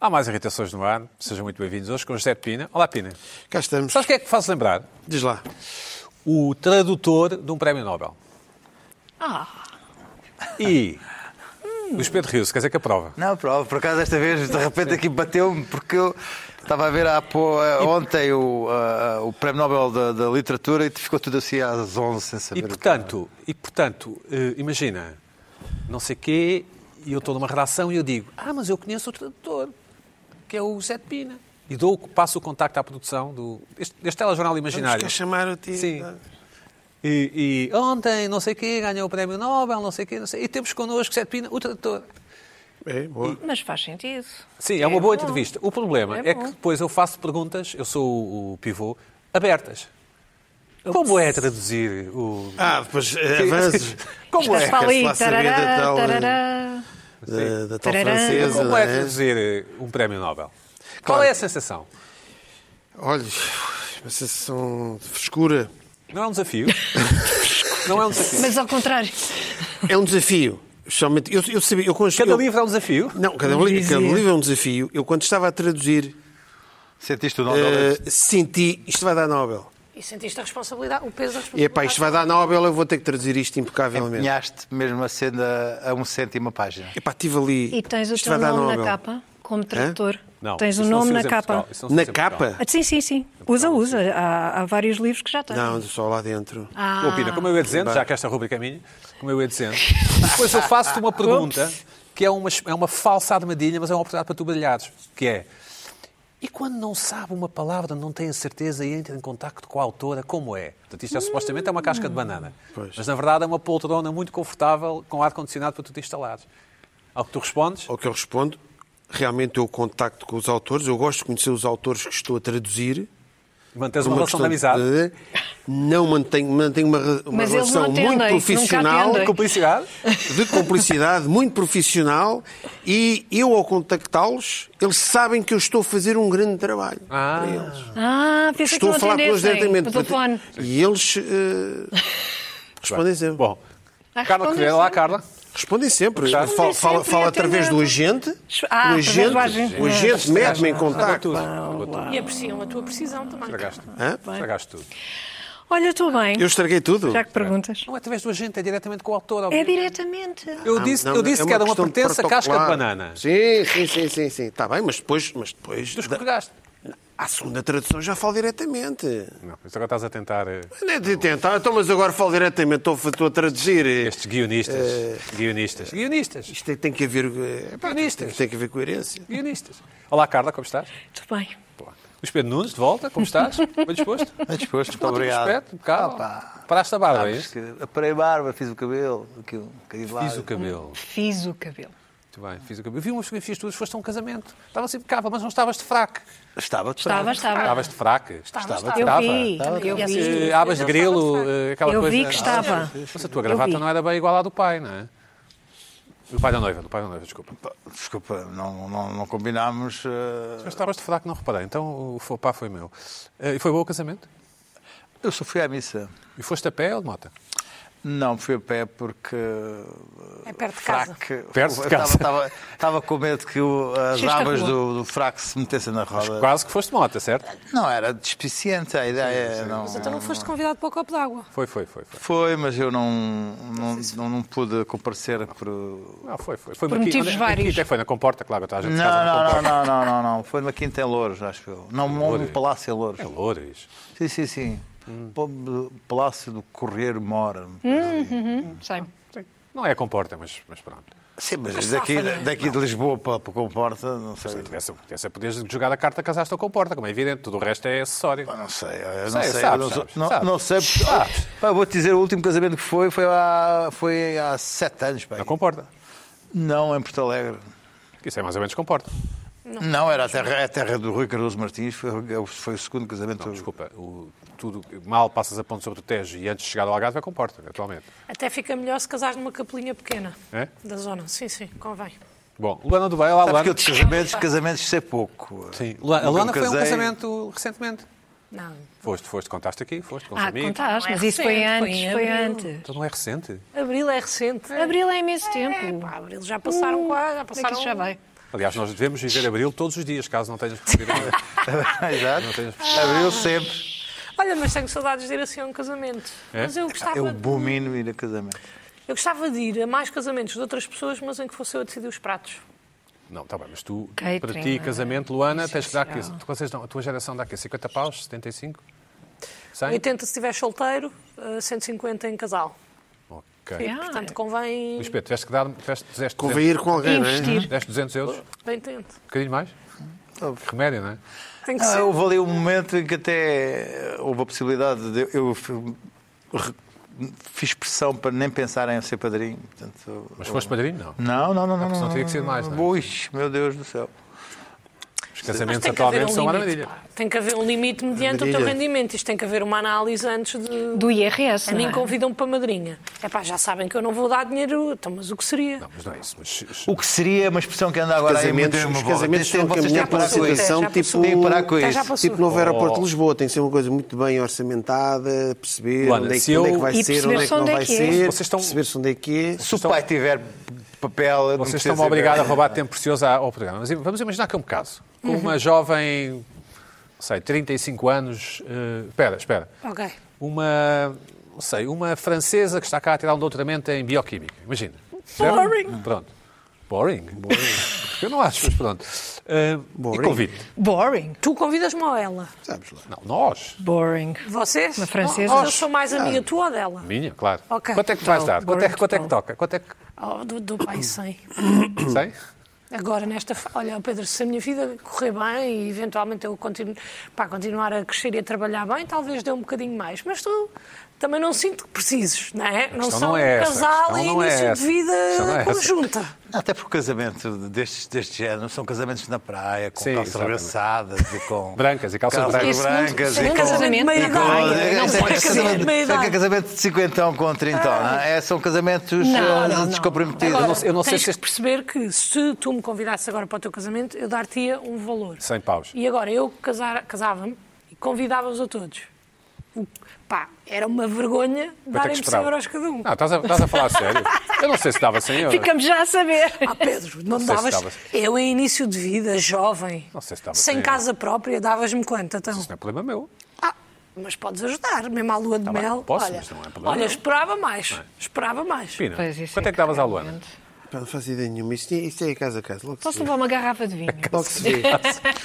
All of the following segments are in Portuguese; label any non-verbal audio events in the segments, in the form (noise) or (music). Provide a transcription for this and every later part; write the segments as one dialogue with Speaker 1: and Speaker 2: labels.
Speaker 1: Há mais irritações no ar. Sejam muito bem-vindos hoje com o José de Pina. Olá, Pina.
Speaker 2: Cá estamos.
Speaker 1: Sabes o que é que faz lembrar?
Speaker 2: Diz lá.
Speaker 1: O tradutor de um prémio Nobel.
Speaker 3: Ah,
Speaker 1: E Luís Pedro Rios, quer dizer que aprova.
Speaker 4: Não, prova. Por acaso, esta vez, de repente, aqui bateu-me, porque eu estava a ver há po- eh, ontem o, ah, o Prémio Nobel da, da Literatura e ficou tudo assim às 11, sem saber.
Speaker 1: E
Speaker 4: o que
Speaker 1: portanto, e, portanto eh, imagina, não sei quê, e eu estou numa redação e eu digo, ah, mas eu conheço o tradutor, que é o José de Pina. E dou, passo o contacto à produção do, deste, deste telejornal
Speaker 2: Vamos
Speaker 1: imaginário.
Speaker 2: cá chamar o tio.
Speaker 1: Sim. E, e ontem, não sei o quê, ganhou o Prémio Nobel, não sei o quê, não sei, e temos connosco Sete Pina, o tradutor.
Speaker 2: É, boa.
Speaker 3: mas faz sentido.
Speaker 1: Sim, é uma boa
Speaker 3: bom.
Speaker 1: entrevista. O problema é,
Speaker 3: É
Speaker 1: que
Speaker 3: bom.
Speaker 1: depois eu faço perguntas, eu sou o, o pivô, abertas. Como é traduzir o...
Speaker 2: Ah, depois
Speaker 1: (laughs)
Speaker 2: eh, avanços.
Speaker 1: Como
Speaker 3: Está-se
Speaker 1: é?
Speaker 2: Esta-
Speaker 3: para ali,
Speaker 2: quer-se lá saber então, eh?
Speaker 3: tarará,
Speaker 2: da tal-
Speaker 3: tarará.
Speaker 2: Da, da tal
Speaker 3: Tarará.
Speaker 2: francesa,
Speaker 1: Como
Speaker 2: não
Speaker 1: é
Speaker 2: é?
Speaker 1: traduzir eh, um Prémio Nobel? Qual é a sensação?
Speaker 2: Olha, uma sensação de frescura.
Speaker 1: Não é um desafio? não é um desafio.
Speaker 2: (laughs)
Speaker 3: Mas ao contrário,
Speaker 2: É um desafio. Somente, eu, eu sabia, eu, quando-
Speaker 1: Cada
Speaker 2: eu-
Speaker 1: livro é um desafio?
Speaker 2: Não, cada, li-
Speaker 3: Dizia.
Speaker 2: cada livro é um desafio. Eu quando estava a traduzir,
Speaker 4: é. Sentiste o Nobel?
Speaker 2: eh, senti, isto vai dar Nobel.
Speaker 3: e sentiste a responsabilidade, o peso da
Speaker 2: E
Speaker 3: responsabilidade.
Speaker 2: epá, isto vai dar Nobel, eu vou ter que traduzir isto impecavelmente.
Speaker 4: Empenhaste mesmo a cena a um cêntimo a página.
Speaker 2: Epá, estive ali.
Speaker 3: E tens o
Speaker 2: isto
Speaker 3: teu
Speaker 2: vai dar
Speaker 3: nome na
Speaker 2: Nobel.
Speaker 3: capa, como tradutor.
Speaker 1: Não,
Speaker 3: Tens o
Speaker 1: isso não se
Speaker 3: nome
Speaker 1: usa
Speaker 3: na
Speaker 1: em
Speaker 3: capa.
Speaker 1: Portugal, isso não Então, se usa
Speaker 2: Na
Speaker 1: em Portugal.
Speaker 2: capa?
Speaker 3: Ah, Sim, sim, sim. Usa, usa. Há, há vários livros que já tens.
Speaker 2: Não, só lá dentro.
Speaker 3: Ah.
Speaker 1: Ô, Pina, como eu ia dizendo, já que esta rubrica é minha, como eu ia dizendo, depois eu faço-te uma pergunta que é uma, es- é uma falsa armadilha, mas é uma oportunidade para tu brilhares, que é, e quando não sabe uma palavra, não tem a certeza e entra em contacto com a autora, como é? Portanto, isto é supostamente é uma casca de banana,
Speaker 2: Pois.
Speaker 1: mas na verdade é uma poltrona muito confortável, com ar-condicionado para tu te instalares. Ao que tu respondes,
Speaker 2: Ao que eu respondo, realmente eu contacto com os autores, eu gosto de conhecer os autores que estou a traduzir.
Speaker 1: mantens
Speaker 2: Por
Speaker 1: uma,
Speaker 2: uma
Speaker 1: relação de
Speaker 2: questão
Speaker 1: amizade.
Speaker 2: de- Não mantenho, mantenho uma, re- uma
Speaker 3: Mas eles não
Speaker 2: relação
Speaker 3: atendem,
Speaker 2: muito
Speaker 3: nunca
Speaker 2: profissional,
Speaker 3: atendem.
Speaker 1: Cumplicidade?
Speaker 2: de complicidade, muito profissional, e eu ao contactá-los, eles sabem que eu estou a fazer um grande trabalho
Speaker 1: Ah.
Speaker 2: para eles.
Speaker 3: Ah, pensei que
Speaker 2: Estou a
Speaker 3: não
Speaker 2: falar com eles
Speaker 3: atendessem
Speaker 2: diretamente.
Speaker 3: o telefone.
Speaker 2: E
Speaker 1: (laughs)
Speaker 2: eles eh, respondem sempre.
Speaker 1: Bom,
Speaker 3: Ah,
Speaker 1: Carla
Speaker 3: respondem
Speaker 1: Quevedo, lá
Speaker 3: sempre.
Speaker 1: Carla.
Speaker 2: Respondem sempre.
Speaker 1: Já.
Speaker 2: Fala, fala,
Speaker 3: sempre,
Speaker 2: fala
Speaker 3: e
Speaker 2: através do
Speaker 3: atendem.
Speaker 2: agente.
Speaker 3: Ah,
Speaker 2: o
Speaker 3: através
Speaker 2: agente,
Speaker 3: do agente.
Speaker 2: o agente mete-me em
Speaker 1: Estragaste
Speaker 2: contacto.
Speaker 1: tudo.
Speaker 3: E apreciam a tua precisão também.
Speaker 1: Estragaste.
Speaker 2: Hã?
Speaker 1: Estragaste tudo.
Speaker 3: Olha, estou bem,
Speaker 2: Eu estraguei tudo.
Speaker 3: já que perguntas.
Speaker 1: Não é através do agente, é diretamente com o autor.
Speaker 3: É diretamente.
Speaker 1: Eu
Speaker 2: Não,
Speaker 1: disse,
Speaker 2: não,
Speaker 1: eu disse
Speaker 2: é
Speaker 1: que era uma
Speaker 2: questão de
Speaker 1: pertença casca de
Speaker 2: protocolar.
Speaker 1: banana.
Speaker 2: Sim, sim, sim, sim, sim. Está bem, mas depois, mas depois
Speaker 1: Tu
Speaker 2: da-
Speaker 1: escorregaste.
Speaker 2: à segunda tradução já falo diretamente.
Speaker 1: Não, mas agora estás a tentar eh,
Speaker 2: Não é de tentar, então, mas agora falo diretamente, estou, estou a traduzir.
Speaker 1: estes guionistas. Guionistas. Eh, Guionistas.
Speaker 2: Isto tem, tem que haver. eh, pá, tem,
Speaker 1: Guionistas.
Speaker 2: tem, tem que haver coerência.
Speaker 1: Guionistas. Olá, Carla, como estás?
Speaker 3: Estou bem.
Speaker 1: Luís Pedro Nunes, de volta, como estás? Bem disposto?
Speaker 4: Bem disposto, muito
Speaker 1: Outro
Speaker 4: obrigado.
Speaker 1: respeito, um bocado.
Speaker 4: Opa.
Speaker 1: Paraste a barba, é isso?
Speaker 4: Porque Aparei a barba, fiz o cabelo, aquilo, um bocadinho de lado.
Speaker 1: Fiz o cabelo.
Speaker 3: Fiz o cabelo.
Speaker 1: Muito bem, fiz o cabelo. Vi umas fotografias tuas, foste a um casamento. Estava sempre capa, mas não estavas de fraque.
Speaker 4: Estava de
Speaker 3: Estava,
Speaker 4: frente.
Speaker 3: estava.
Speaker 1: Estavas de fraque.
Speaker 3: estava. Eu vi, eu
Speaker 1: Estavas.
Speaker 3: vi.
Speaker 1: Eh, Abas de grilo, eh, aquela
Speaker 3: Eu
Speaker 1: coisa. Ah,
Speaker 3: vi que estava.
Speaker 1: Mas a tua
Speaker 3: Eu
Speaker 1: gravata
Speaker 3: vi.
Speaker 1: não era bem igual à do pai, não é? Do pai da noiva, do pai da noiva, desculpa.
Speaker 4: Pá, Desculpa, não, não, não combinámos. eh,
Speaker 1: Mas estavas de fraco, não reparei. Então o fopá foi meu. Eh, E foi bom o casamento?
Speaker 4: Eu só fui à missa.
Speaker 1: E foste a pé ou de moto?
Speaker 4: Não, fui a pé porque.
Speaker 3: É perto de casa.
Speaker 4: Fraque.
Speaker 1: Perto de
Speaker 4: Eu
Speaker 1: casa.
Speaker 4: Estava, estava com medo que o- as
Speaker 3: Xista
Speaker 4: abas
Speaker 3: rua.
Speaker 4: do, do fraco se metessem na roda.
Speaker 1: Quase que foste de moto, certo?
Speaker 4: Não, era despiciente a ideia. não-
Speaker 5: Então não foste convidado para o copo d'água.
Speaker 1: Foi, foi, foi. foi.
Speaker 4: Foi, mas eu não, não, não, não pude comparecer por. Não,
Speaker 1: Não, foi, foi. foi
Speaker 3: Por
Speaker 1: uma
Speaker 3: motivos
Speaker 1: quinta-
Speaker 3: vários.
Speaker 1: uma Quinta é que foi na comporta, claro, está a gente de casa na
Speaker 4: não, não,
Speaker 1: comporta.
Speaker 4: não, não, não, não. Foi numa quinta em Louros, acho eu. Não,
Speaker 1: Louros.
Speaker 4: um palácio em Louros. Hum.
Speaker 1: É Loures.
Speaker 4: Sim, sim, sim. Pom- Palácio do Correio Mora.
Speaker 3: Hum. Sei.
Speaker 1: Não é a comporta, mas, mas pronto.
Speaker 4: Sim, mas daqui,
Speaker 3: né?
Speaker 4: daqui de Lisboa para, para Comporta, não sei.
Speaker 1: Se tivesse, tivesse a poderes jogar a carta, casaste ao comporta, como é evidente. Tudo o resto é acessório.
Speaker 4: Pá, Não sei, eu
Speaker 1: Sei,
Speaker 4: não sei. eu
Speaker 1: sabes,
Speaker 4: não, sou-
Speaker 1: sabes,
Speaker 4: não-
Speaker 1: sabes.
Speaker 4: não sei. porque- Ah, pá, vou-te dizer, o último casamento que foi foi há, foi há sete anos. Pá.
Speaker 1: Na comporta.
Speaker 4: Não, em Porto Alegre.
Speaker 1: Isso é mais ou menos comporta.
Speaker 4: Não, era a terra, a terra do Rui Cardoso Martins, foi, foi o segundo casamento.
Speaker 1: Desculpa, o, tudo mal passas a ponte sobre o Tejo e antes de chegar ao Algarve é comporta, atualmente.
Speaker 5: Até fica melhor se casares numa capelinha pequena
Speaker 1: É?
Speaker 5: da zona. Sim, sim, convém.
Speaker 1: Bom, Luana do Bem, olá
Speaker 4: Sabes
Speaker 1: Luana.
Speaker 4: que eu de casamentos, casamentos sei pouco.
Speaker 1: Sim, Luana, a Luana
Speaker 4: Nunca
Speaker 1: foi a um
Speaker 4: casei.
Speaker 1: casamento recentemente.
Speaker 5: Não.
Speaker 1: Foste, foste, contaste aqui, foste com os
Speaker 3: Ah,
Speaker 1: amigos.
Speaker 3: contaste, mas
Speaker 5: Não é
Speaker 3: isso foi
Speaker 5: recente, foi
Speaker 3: antes,
Speaker 5: em
Speaker 3: foi
Speaker 5: abril.
Speaker 3: antes.
Speaker 1: Então não é recente.
Speaker 5: Abril é recente.
Speaker 3: Abril é imenso tempo.
Speaker 5: Pá, abril já passaram quase,
Speaker 3: Como é
Speaker 5: já
Speaker 3: que
Speaker 5: passaram
Speaker 3: isso já vai?
Speaker 1: Aliás, nós devemos viver abril todos os dias, caso não tenhas
Speaker 3: (laughs)
Speaker 1: que viver abril.
Speaker 4: Ah, Exato.
Speaker 1: Não tenhas-
Speaker 4: Abriu sempre.
Speaker 5: Olha, mas tenho saudades de ir assim a um casamento.
Speaker 1: É?
Speaker 5: Mas eu gostava,
Speaker 4: Eu abomino ir a casamento.
Speaker 5: eu gostava de ir a mais casamentos de outras pessoas, mas em que fosse eu a decidir os pratos.
Speaker 1: Não, tá bem, mas tu,
Speaker 3: Catering,
Speaker 1: para
Speaker 3: não é?
Speaker 1: ti, casamento, Luana, tens que dar aqui.
Speaker 3: Essencial.
Speaker 1: tu- Vocês não, a tua geração dá aqui 50 paus, 75? 100?
Speaker 5: 80 se estiver solteiro, eh, 150 em casal.
Speaker 1: Ok.
Speaker 3: Ah,
Speaker 5: Portanto, convém.
Speaker 1: Luís Pedro, tiveste que dar, tiveste, fizeste
Speaker 2: Convém ir com
Speaker 5: um-
Speaker 2: alguém, não é?
Speaker 3: investir.
Speaker 1: 10, 200 euros? Um
Speaker 5: Bem tente.
Speaker 1: bocadinho mais? Que remédio, não é?
Speaker 5: Tem que
Speaker 4: Ah,
Speaker 5: ser.
Speaker 4: houve ali um momento em que até houve a possibilidade de. Eu fui- re- fiz pressão para nem pensar em ser padrinho. Portanto,
Speaker 1: Mas foste padrinho? Não.
Speaker 4: Não, não, não, não.
Speaker 1: pressão
Speaker 4: não,
Speaker 1: teria que ser mais, não é?
Speaker 4: Ui, meu Deus do céu.
Speaker 1: Os
Speaker 5: Mas
Speaker 1: casamentos
Speaker 5: tem que haver
Speaker 1: atualmente são
Speaker 5: um
Speaker 1: uma
Speaker 5: limite.
Speaker 1: armadilha.
Speaker 5: pá. Tem que haver um limite mediante o teu
Speaker 2: Armadilha.
Speaker 5: rendimento. Isto tem que haver uma análise antes de.
Speaker 3: Do IRS,
Speaker 5: A
Speaker 3: não
Speaker 5: mim
Speaker 3: é?
Speaker 5: convidam-me para madrinha. É pá, já sabem que eu não vou dar dinheiro. Então, mas o que seria?
Speaker 1: Não, mas não é isso. Mas,
Speaker 4: O que seria uma expressão que anda agora
Speaker 2: Casamentos,
Speaker 4: aí muito em
Speaker 2: os
Speaker 4: voga.
Speaker 2: casamentos estão
Speaker 4: Tem- tem-
Speaker 2: a
Speaker 4: vocês têm
Speaker 2: caminhar
Speaker 4: que
Speaker 2: para uma
Speaker 4: parar com isso.
Speaker 2: situação
Speaker 5: já passou.
Speaker 2: tipo,
Speaker 4: Têm que parar com
Speaker 5: Já, já
Speaker 4: isso.
Speaker 5: passou.
Speaker 2: tipo novo aeroporto de Lisboa. Tem que ser uma coisa muito bem orçamentada, perceber
Speaker 1: Luana,
Speaker 2: onde, é,
Speaker 1: se
Speaker 2: que- onde é
Speaker 1: eu-
Speaker 2: que vai
Speaker 3: E
Speaker 2: ser,
Speaker 3: perceber
Speaker 2: onde é que
Speaker 3: se
Speaker 2: não
Speaker 3: onde é
Speaker 2: vai
Speaker 3: que é.
Speaker 2: ser,
Speaker 1: Vocês estão-
Speaker 2: perceir se onde é que é.
Speaker 4: Se o pai tiver papel. não
Speaker 1: Vocês
Speaker 4: precisa
Speaker 1: estão-me
Speaker 4: ser-
Speaker 1: obrigados a roubar tempo precioso à- ao programa. Mas vamos imaginar que é um caso. Com
Speaker 5: Uhum.
Speaker 1: uma jovem, não sei, 35 anos. eh, espera, espera.
Speaker 5: Ok.
Speaker 1: Uma, não sei, uma francesa que está cá a tirar um doutoramento em bioquímica. Imagina. Certo?
Speaker 5: Boring.
Speaker 1: Pronto. Boring? Boring. (laughs) Eu não acho, mas pronto. Eh,
Speaker 2: Boring.
Speaker 1: E convite.
Speaker 3: Boring.
Speaker 5: Tu convidas-me ou ela?
Speaker 2: Sabes lá.
Speaker 1: Não, nós.
Speaker 3: Boring.
Speaker 5: Vocês?
Speaker 3: Uma francesa.
Speaker 5: Oh, eu sou mais amiga tua ou dela?
Speaker 1: Minha, claro.
Speaker 5: Ok.
Speaker 1: Quanto é que tu vais
Speaker 3: Então,
Speaker 1: dar? Quanto é,
Speaker 3: boring
Speaker 1: quanto é que
Speaker 3: total.
Speaker 1: toca? Quanto é que. (coughs)
Speaker 5: Oh, do, do pai 100.
Speaker 1: Sei?
Speaker 5: Agora, nesta. fa- Olha, oh, Pedro, se a minha vida correr bem e eventualmente eu continuo, pá, continuar a crescer e a trabalhar bem, talvez dê um bocadinho mais. Mas tu também não sinto que precises, não é? Não
Speaker 1: questão
Speaker 5: são
Speaker 1: não é
Speaker 5: um
Speaker 1: essa, a
Speaker 5: casal
Speaker 1: questão
Speaker 5: e
Speaker 1: não é
Speaker 5: início
Speaker 1: essa.
Speaker 5: de
Speaker 1: A questão não é
Speaker 5: vida
Speaker 1: essa.
Speaker 5: conjunta.
Speaker 4: Até porque casamento destes, deste género são casamentos na praia, com
Speaker 1: Sim,
Speaker 4: calças
Speaker 1: exatamente.
Speaker 4: abraçadas e
Speaker 1: (laughs)
Speaker 4: com.
Speaker 1: Brancas e calças brancas.
Speaker 3: Isso não-
Speaker 4: brancas
Speaker 3: isso não
Speaker 4: e
Speaker 3: é
Speaker 4: com-
Speaker 3: casamento
Speaker 4: e
Speaker 3: na
Speaker 4: com-
Speaker 3: praia. Não
Speaker 4: Isso é
Speaker 3: pode ser Ah.
Speaker 4: casamento-
Speaker 5: de meia
Speaker 4: isso é
Speaker 5: idade.
Speaker 4: casamento de 50 com 30, não é? São casamentos
Speaker 3: Não,
Speaker 4: eh,
Speaker 3: não, não.
Speaker 4: descomprometidos.
Speaker 5: Agora,
Speaker 1: não sei- eu não sei
Speaker 5: tens
Speaker 1: se
Speaker 5: que perceber que se tu me convidasses agora para o teu casamento, eu dar-te-ia um valor.
Speaker 1: 100 paus.
Speaker 5: E agora eu casar- casava-me e convidava-os a todos. O- Pá, era uma vergonha
Speaker 1: Quanto é que
Speaker 5: darem-me 100
Speaker 1: esperava? Ah, tá.
Speaker 5: euros cada um.
Speaker 1: Não, estás a, estás a falar a
Speaker 5: (laughs)
Speaker 1: sério. Eu não sei se dava 100 euros.
Speaker 3: Ficamos já a saber.
Speaker 5: Ah, Pedro,
Speaker 1: (laughs) Não
Speaker 5: não,
Speaker 1: sei se
Speaker 5: davas.
Speaker 1: davas.
Speaker 5: Eu, em início de vida, jovem,
Speaker 1: Não sei se dava
Speaker 5: sem
Speaker 1: tempo.
Speaker 5: casa própria, davas-me quanto? Então,
Speaker 1: Isso não é problema meu.
Speaker 5: ah, mas podes ajudar, mesmo à lua de
Speaker 1: Tá bem,
Speaker 5: mel.
Speaker 1: posso,
Speaker 5: olha,
Speaker 1: mas não é problema
Speaker 5: olha,
Speaker 1: meu.
Speaker 5: esperava mais, esperava mais.
Speaker 1: Pina,
Speaker 3: Pois, isso
Speaker 1: quanto é que davas à Luana?
Speaker 3: claramente.
Speaker 2: Pá, Não faço ideia nenhuma. Isto é, isto é casa a casa. Logo se
Speaker 3: Posso
Speaker 2: vê.
Speaker 3: levar uma garrafa de vinho?
Speaker 2: Logo
Speaker 1: (laughs)
Speaker 2: se vê.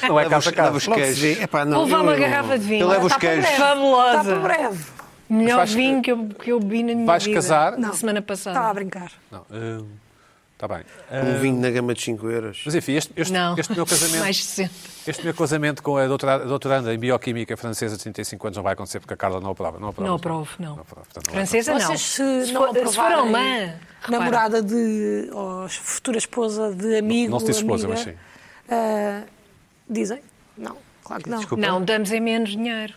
Speaker 1: Não é
Speaker 4: Leva os-
Speaker 1: casa a casa.
Speaker 4: leva os
Speaker 2: Logo se
Speaker 4: queijos.
Speaker 2: vê. Epá, não,
Speaker 3: Vou levar
Speaker 2: eu-
Speaker 3: uma garrafa de vinho. Tá
Speaker 4: Eu levo os
Speaker 5: Está para
Speaker 4: queijos.
Speaker 5: breve. Está para
Speaker 3: Fabulosa.
Speaker 5: breve.
Speaker 3: Tá Melhor
Speaker 1: Mas vais-
Speaker 3: vinho que eu, que eu vi na minha
Speaker 1: Vais
Speaker 3: vida.
Speaker 1: casar?
Speaker 3: Na
Speaker 5: Não. Tá
Speaker 3: semana
Speaker 5: Estava a
Speaker 3: passada.
Speaker 5: brincar.
Speaker 1: Não, hum, tá bem.
Speaker 2: Um vinho na gama de 5 euros.
Speaker 1: Mas enfim, este, este-
Speaker 3: Não.
Speaker 1: este
Speaker 3: (laughs)
Speaker 1: meu casamento,
Speaker 3: Mais 60.
Speaker 1: este meu casamento com a doutora- doutoranda em Bioquímica francesa de 35 anos não vai acontecer porque a Carla não aprova. Não aprova,
Speaker 3: Não aprovo, não.
Speaker 1: aprova, portanto, não vai
Speaker 3: Francesa, Então não.
Speaker 5: Vocês, se,
Speaker 3: se,
Speaker 5: não
Speaker 3: for, se for
Speaker 5: aprovarem
Speaker 3: alemã, repara.
Speaker 5: namorada de. ou futura esposa de amigo.
Speaker 1: não se diz esposa,
Speaker 5: amiga,
Speaker 1: mas sim.
Speaker 5: ah, dizem? Não, claro que não.
Speaker 3: Não, damos em menos dinheiro.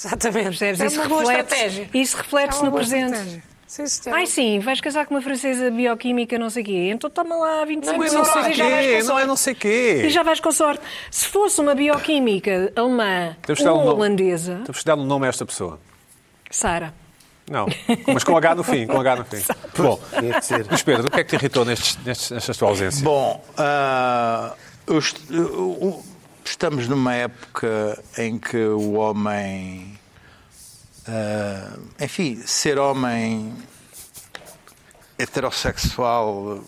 Speaker 5: Exatamente.
Speaker 3: Percebes?
Speaker 5: É
Speaker 3: isso
Speaker 5: uma boa
Speaker 3: reflete,
Speaker 5: estratégia. É
Speaker 3: Isso reflete-se no presente.
Speaker 5: Sim, senhor.
Speaker 3: Ai sim, vais casar com uma francesa bioquímica, não sei o quê. Então toma lá 25
Speaker 1: acontecer.
Speaker 3: euros
Speaker 1: Não é não
Speaker 3: e já vais com
Speaker 1: sei quê, não é
Speaker 3: sorte.
Speaker 1: não sei quê.
Speaker 3: E já vais com sorte. Se fosse uma bioquímica alemã
Speaker 4: Então
Speaker 1: Temos que dar um
Speaker 3: ou
Speaker 1: nome.
Speaker 3: é holandesa,
Speaker 1: Temos que dar um nome a esta pessoa.
Speaker 3: Sara.
Speaker 1: Não,
Speaker 3: (laughs)
Speaker 1: mas com H no fim, com H no fim. Bom,
Speaker 2: Tinha que ser.
Speaker 1: Luís Pedro, o que é que te irritou nestes, nestes, nesta tua ausência?
Speaker 4: Bom, ah, eu est- eu- estamos numa época em que o homem. ah, enfim, ser homem heterossexual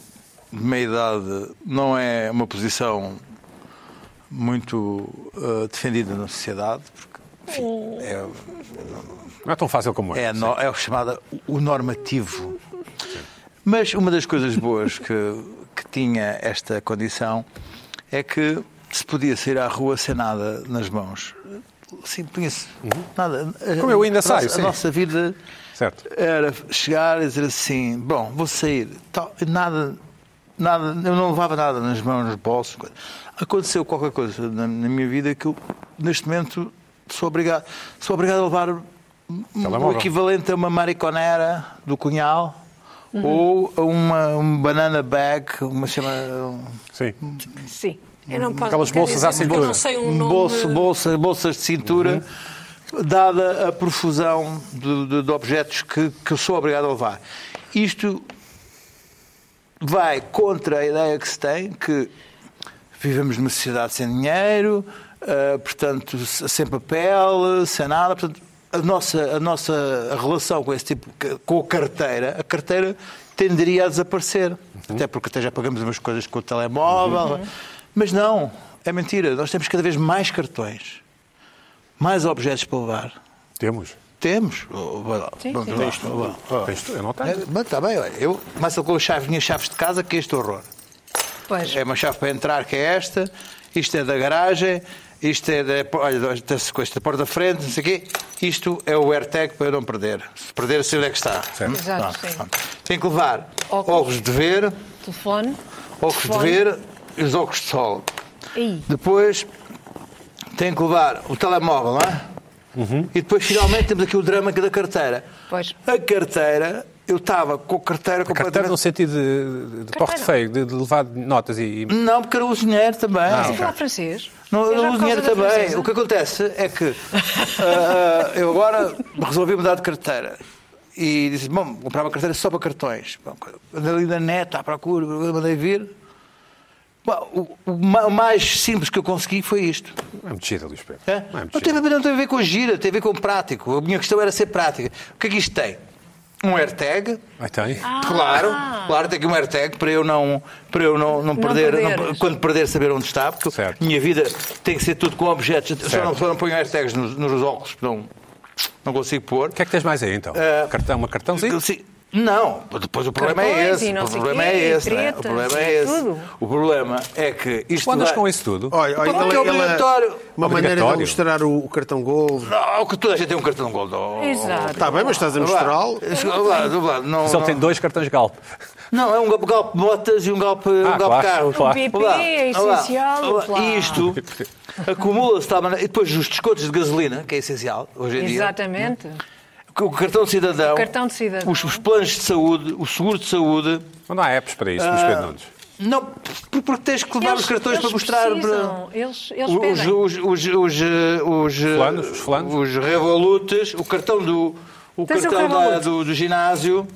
Speaker 4: de meia idade não é uma posição muito ah, defendida na sociedade, porque enfim, é,
Speaker 1: Não é tão fácil como é.
Speaker 4: é, no- é o chamado o normativo. Mas uma das coisas boas que, que tinha esta condição é que se podia sair à rua sem nada nas mãos. Sim, punha-se nada.
Speaker 1: Uhum. Como eu ainda
Speaker 4: a,
Speaker 1: saio,
Speaker 4: nossa-
Speaker 1: sim.
Speaker 4: A nossa vida
Speaker 1: Certo.
Speaker 4: era chegar e dizer assim: bom, vou sair. Tal, nada, nada, eu não levava nada nas mãos, nos bolsos. coisa. Aconteceu qualquer coisa na, na minha vida que eu, neste momento, sou obrigado, sou obrigado a levar um- o
Speaker 1: Telemóvel.
Speaker 4: equivalente a uma mariconera do Cunhal ou a uma um banana bag, uma chama.
Speaker 1: Sim.
Speaker 3: Sim.
Speaker 5: Eu não posso
Speaker 1: Aquelas
Speaker 5: quer
Speaker 1: bolsas
Speaker 5: dizer,
Speaker 1: à
Speaker 5: porque
Speaker 1: cintura.
Speaker 5: Eu não sei um
Speaker 4: um
Speaker 5: nome.
Speaker 4: bolso, bolsa, bolsas de cintura, dada a profusão de, de- de objetos que, que eu sou obrigado a levar. Isto vai contra a ideia que se tem que vivemos numa sociedade sem dinheiro, eh, portanto, se- sem papel, eh, sem nada. Portanto, a nossa, a nossa relação com esse tipo, com a carteira, a carteira tenderia a desaparecer.
Speaker 3: Uhum.
Speaker 4: Até porque até já pagamos umas coisas com o telemóvel. Mas não, é mentira. Nós temos cada vez mais cartões, mais objetos para levar.
Speaker 1: Temos.
Speaker 4: Temos. Oh, vai lá.
Speaker 3: Sim,
Speaker 4: Bom,
Speaker 3: sim.
Speaker 4: vai lá. Bom, ó.
Speaker 1: Tens tu? Eu não tenho.
Speaker 4: É, Mas está bem, olha. Eu começo com as chaves, minhas chaves de casa, que é este horror.
Speaker 3: Pois.
Speaker 4: É uma chave para entrar, que é esta. Isto é da garagem. Isto é da, olha, da, com esta porta da frente, não sei o quê. Isto é o AirTag para eu não perder. Se perder, sei onde é que está. Hum?
Speaker 6: Exato,
Speaker 4: Pronto,
Speaker 6: sim.
Speaker 4: pronto. Tenho que levar
Speaker 6: Óculos.
Speaker 4: óculos de ver,
Speaker 6: Telefone.
Speaker 4: óculos de
Speaker 6: Fone.
Speaker 4: ver e os óculos de sol.
Speaker 6: Aí.
Speaker 4: Depois tenho que levar o telemóvel, não é? E depois finalmente temos aqui o drama da carteira.
Speaker 6: Pois.
Speaker 4: A carteira, eu estava com a carteira
Speaker 1: Carteira
Speaker 4: completamente.
Speaker 1: no sentido de, de porte feio, de, de levar notas e... e-
Speaker 4: não, porque era o dinheiro também.
Speaker 6: Você fala francês?
Speaker 4: Não,
Speaker 6: Eu já
Speaker 4: eu uso
Speaker 6: por causa
Speaker 4: dinheiro
Speaker 6: da
Speaker 4: também.
Speaker 6: francesa.
Speaker 4: O que acontece é que ah, eu agora resolvi mudar de carteira. E disse, bom, vou comprar uma carteira só para cartões. Bom, Andei ali na net, à procura, mandei vir. Bom, o, o ma- o mais simples que eu consegui foi isto.
Speaker 1: Não é mexida, Luís Pedro.
Speaker 4: É?
Speaker 1: Não é
Speaker 4: Não, tem,
Speaker 1: mexida.
Speaker 4: não tem a ver com gira, tem a ver com prático. A minha questão era ser prática. O que é que isto tem? Um AirTag,
Speaker 1: Ai, tem.
Speaker 4: Ah.
Speaker 3: Ah.
Speaker 4: Claro, claro, tem aqui um AirTag para eu não, para eu não, não perder, não-
Speaker 6: perderes.
Speaker 4: quando perder, saber onde está, porque
Speaker 1: Certo.
Speaker 4: minha vida tem que ser tudo com objetos. Eu Só
Speaker 1: Certo.
Speaker 4: não, só não ponho AirTags nos, nos óculos, porque não, não consigo pôr.
Speaker 1: O que é que tens mais aí, então?
Speaker 4: Ah,
Speaker 1: Cartão, uma cartãozinho?
Speaker 4: Eu sei- Não, depois o problema é
Speaker 3: Cartões e
Speaker 4: esse.
Speaker 3: não
Speaker 4: O
Speaker 3: sei
Speaker 4: problema
Speaker 3: quê,
Speaker 4: é
Speaker 3: e
Speaker 4: esse. não é? O
Speaker 3: tretas,
Speaker 4: problema é
Speaker 3: e
Speaker 4: esse.
Speaker 3: tudo.
Speaker 4: O problema é que isto.
Speaker 1: Tu andas
Speaker 4: vai-
Speaker 1: com isso tudo?
Speaker 2: (laughs) Olha, olha,
Speaker 4: Porque é
Speaker 2: ela- ela-
Speaker 4: obrigatório.
Speaker 2: uma maneira de
Speaker 1: Obrigatório.
Speaker 2: mostrar o, o cartão Gold.
Speaker 4: Não, que toda a gente tem um cartão gold. Oh,
Speaker 3: Exato.
Speaker 2: Está bem, mas estás a
Speaker 4: oh, vá.
Speaker 2: mostrá-lo.
Speaker 4: Vá, vá, não-
Speaker 1: Só
Speaker 4: não-
Speaker 1: tem dois cartões Galp.
Speaker 4: Não, é um golpe, golpe de botas e um golpe, um
Speaker 1: Ah,
Speaker 4: golpe
Speaker 1: claro,
Speaker 4: de carros.
Speaker 1: claro.
Speaker 3: O BP
Speaker 4: Olá,
Speaker 3: é
Speaker 4: olá,
Speaker 3: essencial,
Speaker 4: olá.
Speaker 3: claro.
Speaker 4: E isto acumula-se de tal maneira- E depois os descontos de gasolina, que é essencial hoje em
Speaker 6: Exatamente.
Speaker 4: dia. O cartão de cidadão.
Speaker 6: O cartão de cidadão.
Speaker 4: Os, os planos de saúde, o seguro de saúde.
Speaker 1: Não há apps para isso, Luís Pedro Nunes.
Speaker 4: Não, por- porque tens que levar
Speaker 6: Eles-
Speaker 4: os cartões
Speaker 6: eles
Speaker 4: para mostrar.
Speaker 6: precisam,
Speaker 4: para-
Speaker 6: Eles, eles
Speaker 4: Os,
Speaker 6: pedem.
Speaker 4: os, os, os, eh, os, eh,
Speaker 1: Fulanos, os fulanos.
Speaker 4: os revolutes, o cartão do, o
Speaker 3: Tens um o
Speaker 4: cartão da-
Speaker 3: Revolut?
Speaker 4: do, do ginásio,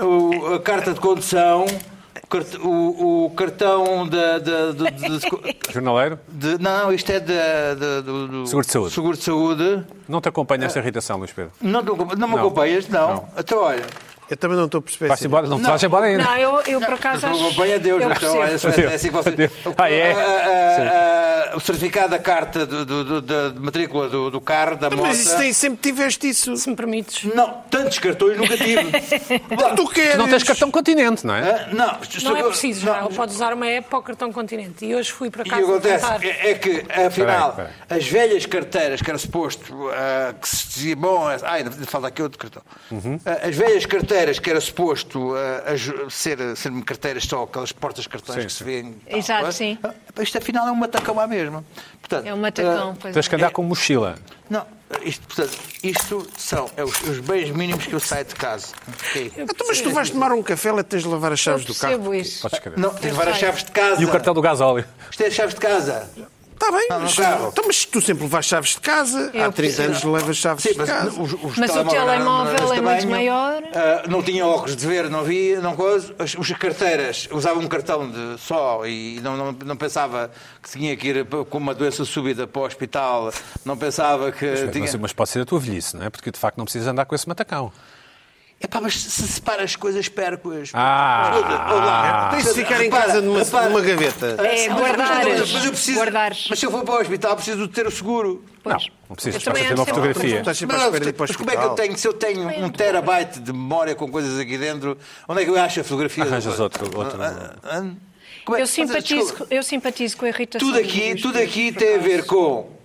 Speaker 4: o- a carta de condução, o cart- o, o cartão da, da- do- de,
Speaker 1: Jornaleiro,
Speaker 4: de- Não, isto é da- da- do, do-
Speaker 1: Seguro de saúde.
Speaker 4: Seguro de saúde.
Speaker 1: não te acompanha esta irritação, Luís Pedro.
Speaker 4: Não, te acompa- não me
Speaker 1: Não.
Speaker 4: acompanhas? Não.
Speaker 1: Não.
Speaker 4: Então, olha.
Speaker 2: Eu também não estou a perceber.
Speaker 1: Vais
Speaker 2: se-
Speaker 1: embora? Não te vais embora ainda.
Speaker 3: Não, eu, eu por acaso
Speaker 4: Não
Speaker 3: acho...
Speaker 4: acompanha Deus,
Speaker 3: eu
Speaker 4: então, olha,
Speaker 3: percebo.
Speaker 4: se é assim que você...
Speaker 1: Ah, é?
Speaker 4: Ah, ah, ah, O certificado da carta do- do- do- da matrícula do, do carro,
Speaker 3: Então,
Speaker 4: da moto.
Speaker 2: Mas isso tem, sempre tiveste isso.
Speaker 3: Se me permites.
Speaker 4: Não, tantos cartões nunca
Speaker 6: (laughs)
Speaker 4: tive. Lá,
Speaker 2: Tu queres.
Speaker 1: Tu não tens cartão continente, não é?
Speaker 4: ah, Não,
Speaker 3: Não é preciso, já. Pode usar uma app para o cartão continente. E hoje fui para
Speaker 4: E
Speaker 3: casa
Speaker 4: o que
Speaker 3: tentar.
Speaker 4: acontece é é que, afinal,
Speaker 1: Espera aí,
Speaker 4: as velhas carteiras que era suposto ah, que se dizia, bom, ah, ainda falta aqui outro cartão.
Speaker 1: Uhum.
Speaker 4: Ah, as velhas carteiras que era suposto ah, a ju- ser, ser carteiras só aquelas portas cartões
Speaker 1: Sim,
Speaker 4: que
Speaker 1: sim.
Speaker 4: se vêem.
Speaker 6: Exato,
Speaker 4: ah,
Speaker 6: sim.
Speaker 4: ah, Isto afinal é um matacão à mesma. Portanto,
Speaker 6: É um matacão.
Speaker 4: ah,
Speaker 6: pois
Speaker 1: Tens
Speaker 6: é.
Speaker 1: que andar com mochila.
Speaker 4: não, isto, portanto, isto são é os, os bens mínimos que eu saio de casa. Ok?
Speaker 2: Então, mas tu vais tomar um café, lá tens de lavar as
Speaker 6: Eu
Speaker 2: chaves do carro.
Speaker 6: percebo isso.
Speaker 1: Podes escrever.
Speaker 4: Não, tens várias chaves de casa.
Speaker 1: E o cartão do gasóleo.
Speaker 4: Isto é chaves de casa.
Speaker 2: Está bem,
Speaker 4: Não, no
Speaker 2: mas,
Speaker 4: carro.
Speaker 2: então, mas tu sempre levas chaves de casa. Há 30 anos levas chaves
Speaker 4: Sim,
Speaker 2: de
Speaker 4: mas
Speaker 2: casa.
Speaker 4: os- os
Speaker 6: Mas o
Speaker 4: telemóveis eram- eram
Speaker 6: telemóvel é
Speaker 4: desse
Speaker 6: muito
Speaker 4: tamanho.
Speaker 6: maior.
Speaker 4: Ah, não tinha óculos de ver, não havia, não coisa. As, as carteiras, usava um cartão de só e não, não, não pensava que tinha que ir com uma doença súbita para o hospital, não pensava que tinha.
Speaker 1: Mas, mas pode ser a tua velhice, não é? Porque de facto não precisas andar com esse matacão.
Speaker 4: Epá, mas se separa as coisas, perco-as.
Speaker 1: Ah.
Speaker 4: Escuta, olá.
Speaker 2: Tens de ficar em
Speaker 4: Ah. Repara,
Speaker 2: casa numa,
Speaker 4: repara.
Speaker 2: numa gaveta.
Speaker 6: É,
Speaker 4: Mas-
Speaker 6: guardares.
Speaker 4: Mas eu preciso.
Speaker 6: Guardares.
Speaker 4: Mas se eu for para o hospital, preciso de ter o seguro.
Speaker 6: Pois.
Speaker 1: Não, não precisas.
Speaker 6: Eu
Speaker 1: Estás a
Speaker 6: também
Speaker 1: ter uma
Speaker 6: acho que é uma
Speaker 1: fotografia.
Speaker 2: Estás sempre à
Speaker 4: Mas,
Speaker 2: espera de ir para o
Speaker 4: mas como é que eu
Speaker 2: hospital.
Speaker 4: tenho, se eu tenho um terabyte de memória com coisas aqui dentro, onde é que eu acho a fotografia?
Speaker 1: Arranjas
Speaker 4: Ah,
Speaker 1: outro- outro-
Speaker 4: ah, ah, como é-
Speaker 3: Eu simpatizo,
Speaker 4: Desculpa,
Speaker 3: com- eu simpatizo com a irritação.
Speaker 4: Tudo
Speaker 3: do
Speaker 4: aqui,
Speaker 3: Luís
Speaker 4: tudo
Speaker 3: Pedro,
Speaker 4: aqui
Speaker 3: por
Speaker 6: É
Speaker 4: tem a
Speaker 3: acaso.
Speaker 4: ver com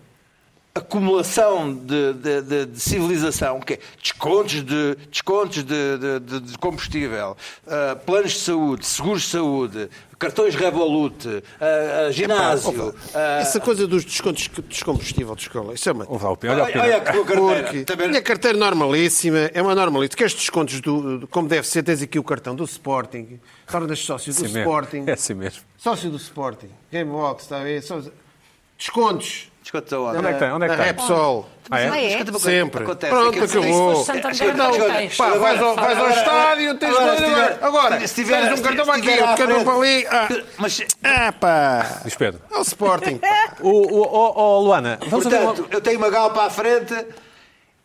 Speaker 4: acumulação de, de- de- de civilização, que é descontos de, descontos de, de- de- de combustível, ah, planos de saúde, seguros de saúde, cartões Revolut, ah, ah, ginásio. ah,
Speaker 2: Essa coisa dos descontos de combustível de escola, isso é uma.
Speaker 1: Olha, É o Pedro.
Speaker 4: Olha, olha a tua carteira.
Speaker 2: Porque é
Speaker 4: Também-
Speaker 2: minha carteira normalíssima, é uma normalíssima. Queres descontos do, do- como deve ser, tens aqui o cartão do Sporting, tornas sócio do
Speaker 1: Assim mesmo.
Speaker 2: Sporting,
Speaker 1: É assim mesmo.
Speaker 2: sócio do Sporting, Gamebox, está a ver? Sócio- Descontos.
Speaker 4: Descontos a hora.
Speaker 1: Onde é que tem? Onde é que
Speaker 2: Na
Speaker 1: tem?
Speaker 2: Repsol.
Speaker 1: Ah, é?
Speaker 6: Ah, é?
Speaker 4: Desconta para-
Speaker 2: Sempre.
Speaker 4: Acontece.
Speaker 2: Pronto,
Speaker 4: Aquilo que se diz,
Speaker 2: acabou.
Speaker 5: se fosse Santander,
Speaker 2: Então,
Speaker 5: não tens.
Speaker 2: pá, vais ao, vais ao estádio, tens
Speaker 4: Agora, se
Speaker 2: dois,
Speaker 4: tiver-
Speaker 2: agora,
Speaker 4: se tiver-
Speaker 2: tens um
Speaker 4: se
Speaker 2: cartão para aqui,
Speaker 4: tiver à
Speaker 2: um cartão para ali. Ah,
Speaker 4: Mas,
Speaker 2: ah pá.
Speaker 1: Diz Pedro.
Speaker 2: É o Sporting. pá.
Speaker 1: O, o, o- o Luana, vamos a ver.
Speaker 4: portanto, eu tenho uma galpa à frente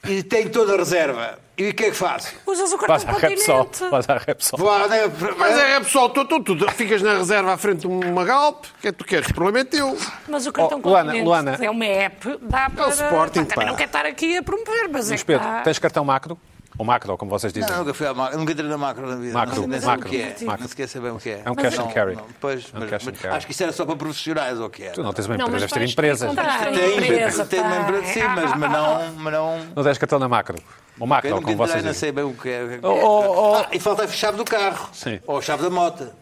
Speaker 4: e tenho toda a reserva. E o que é que faço?
Speaker 5: Usas o cartão
Speaker 1: Passa a Repsol.
Speaker 5: continente.
Speaker 1: Passa a Repsol.
Speaker 4: Vou à...
Speaker 2: Mas é, pessoal, tu, tu, tu ficas na reserva à frente de uma Galp, o que é que tu queres? O problema é teu.
Speaker 5: Mas o cartão
Speaker 1: Oh, Luana,
Speaker 5: continente
Speaker 1: Luana.
Speaker 5: é uma app, dá para...
Speaker 2: Sporting,
Speaker 5: Pá, também
Speaker 2: pá.
Speaker 5: não quero estar aqui a promover, mas é
Speaker 1: Diz
Speaker 5: que
Speaker 1: Pedro,
Speaker 5: dá-
Speaker 1: tens cartão macro? Ou macro, como vocês dizem.
Speaker 4: Não, nunca fui à macro, nunca entrei na macro na vida.
Speaker 1: Macro,
Speaker 4: não, sei- nem
Speaker 1: macro,
Speaker 4: sei o que é.
Speaker 1: macro.
Speaker 4: Não sequer sei bem o que é.
Speaker 1: É um cash
Speaker 4: Não,
Speaker 1: and carry.
Speaker 4: não, pois,
Speaker 1: É um
Speaker 4: mas-
Speaker 1: cash and
Speaker 4: mas
Speaker 1: carry.
Speaker 4: acho que isso era só para profissionais ou o que é.
Speaker 1: Tu não tens uma
Speaker 6: Não,
Speaker 1: empresa,
Speaker 6: mas
Speaker 1: deves ter
Speaker 6: vais ter que
Speaker 1: empresas.
Speaker 6: comprar.
Speaker 5: Tens
Speaker 4: Tá, Tem,
Speaker 5: empresa,
Speaker 4: tem uma
Speaker 5: pá.
Speaker 4: empresa, sim, mas, mas não, mas não.
Speaker 1: Não tens cartão na macro. Ou
Speaker 4: Eu
Speaker 1: macro,
Speaker 4: nunca
Speaker 1: como vocês
Speaker 4: entrei, não
Speaker 1: dizem.
Speaker 4: sei bem o que é. o que é.
Speaker 1: Oh, oh, oh.
Speaker 4: Ah, e falta a chave do carro.
Speaker 1: Sim.
Speaker 4: Ou a chave da moto.
Speaker 1: Luís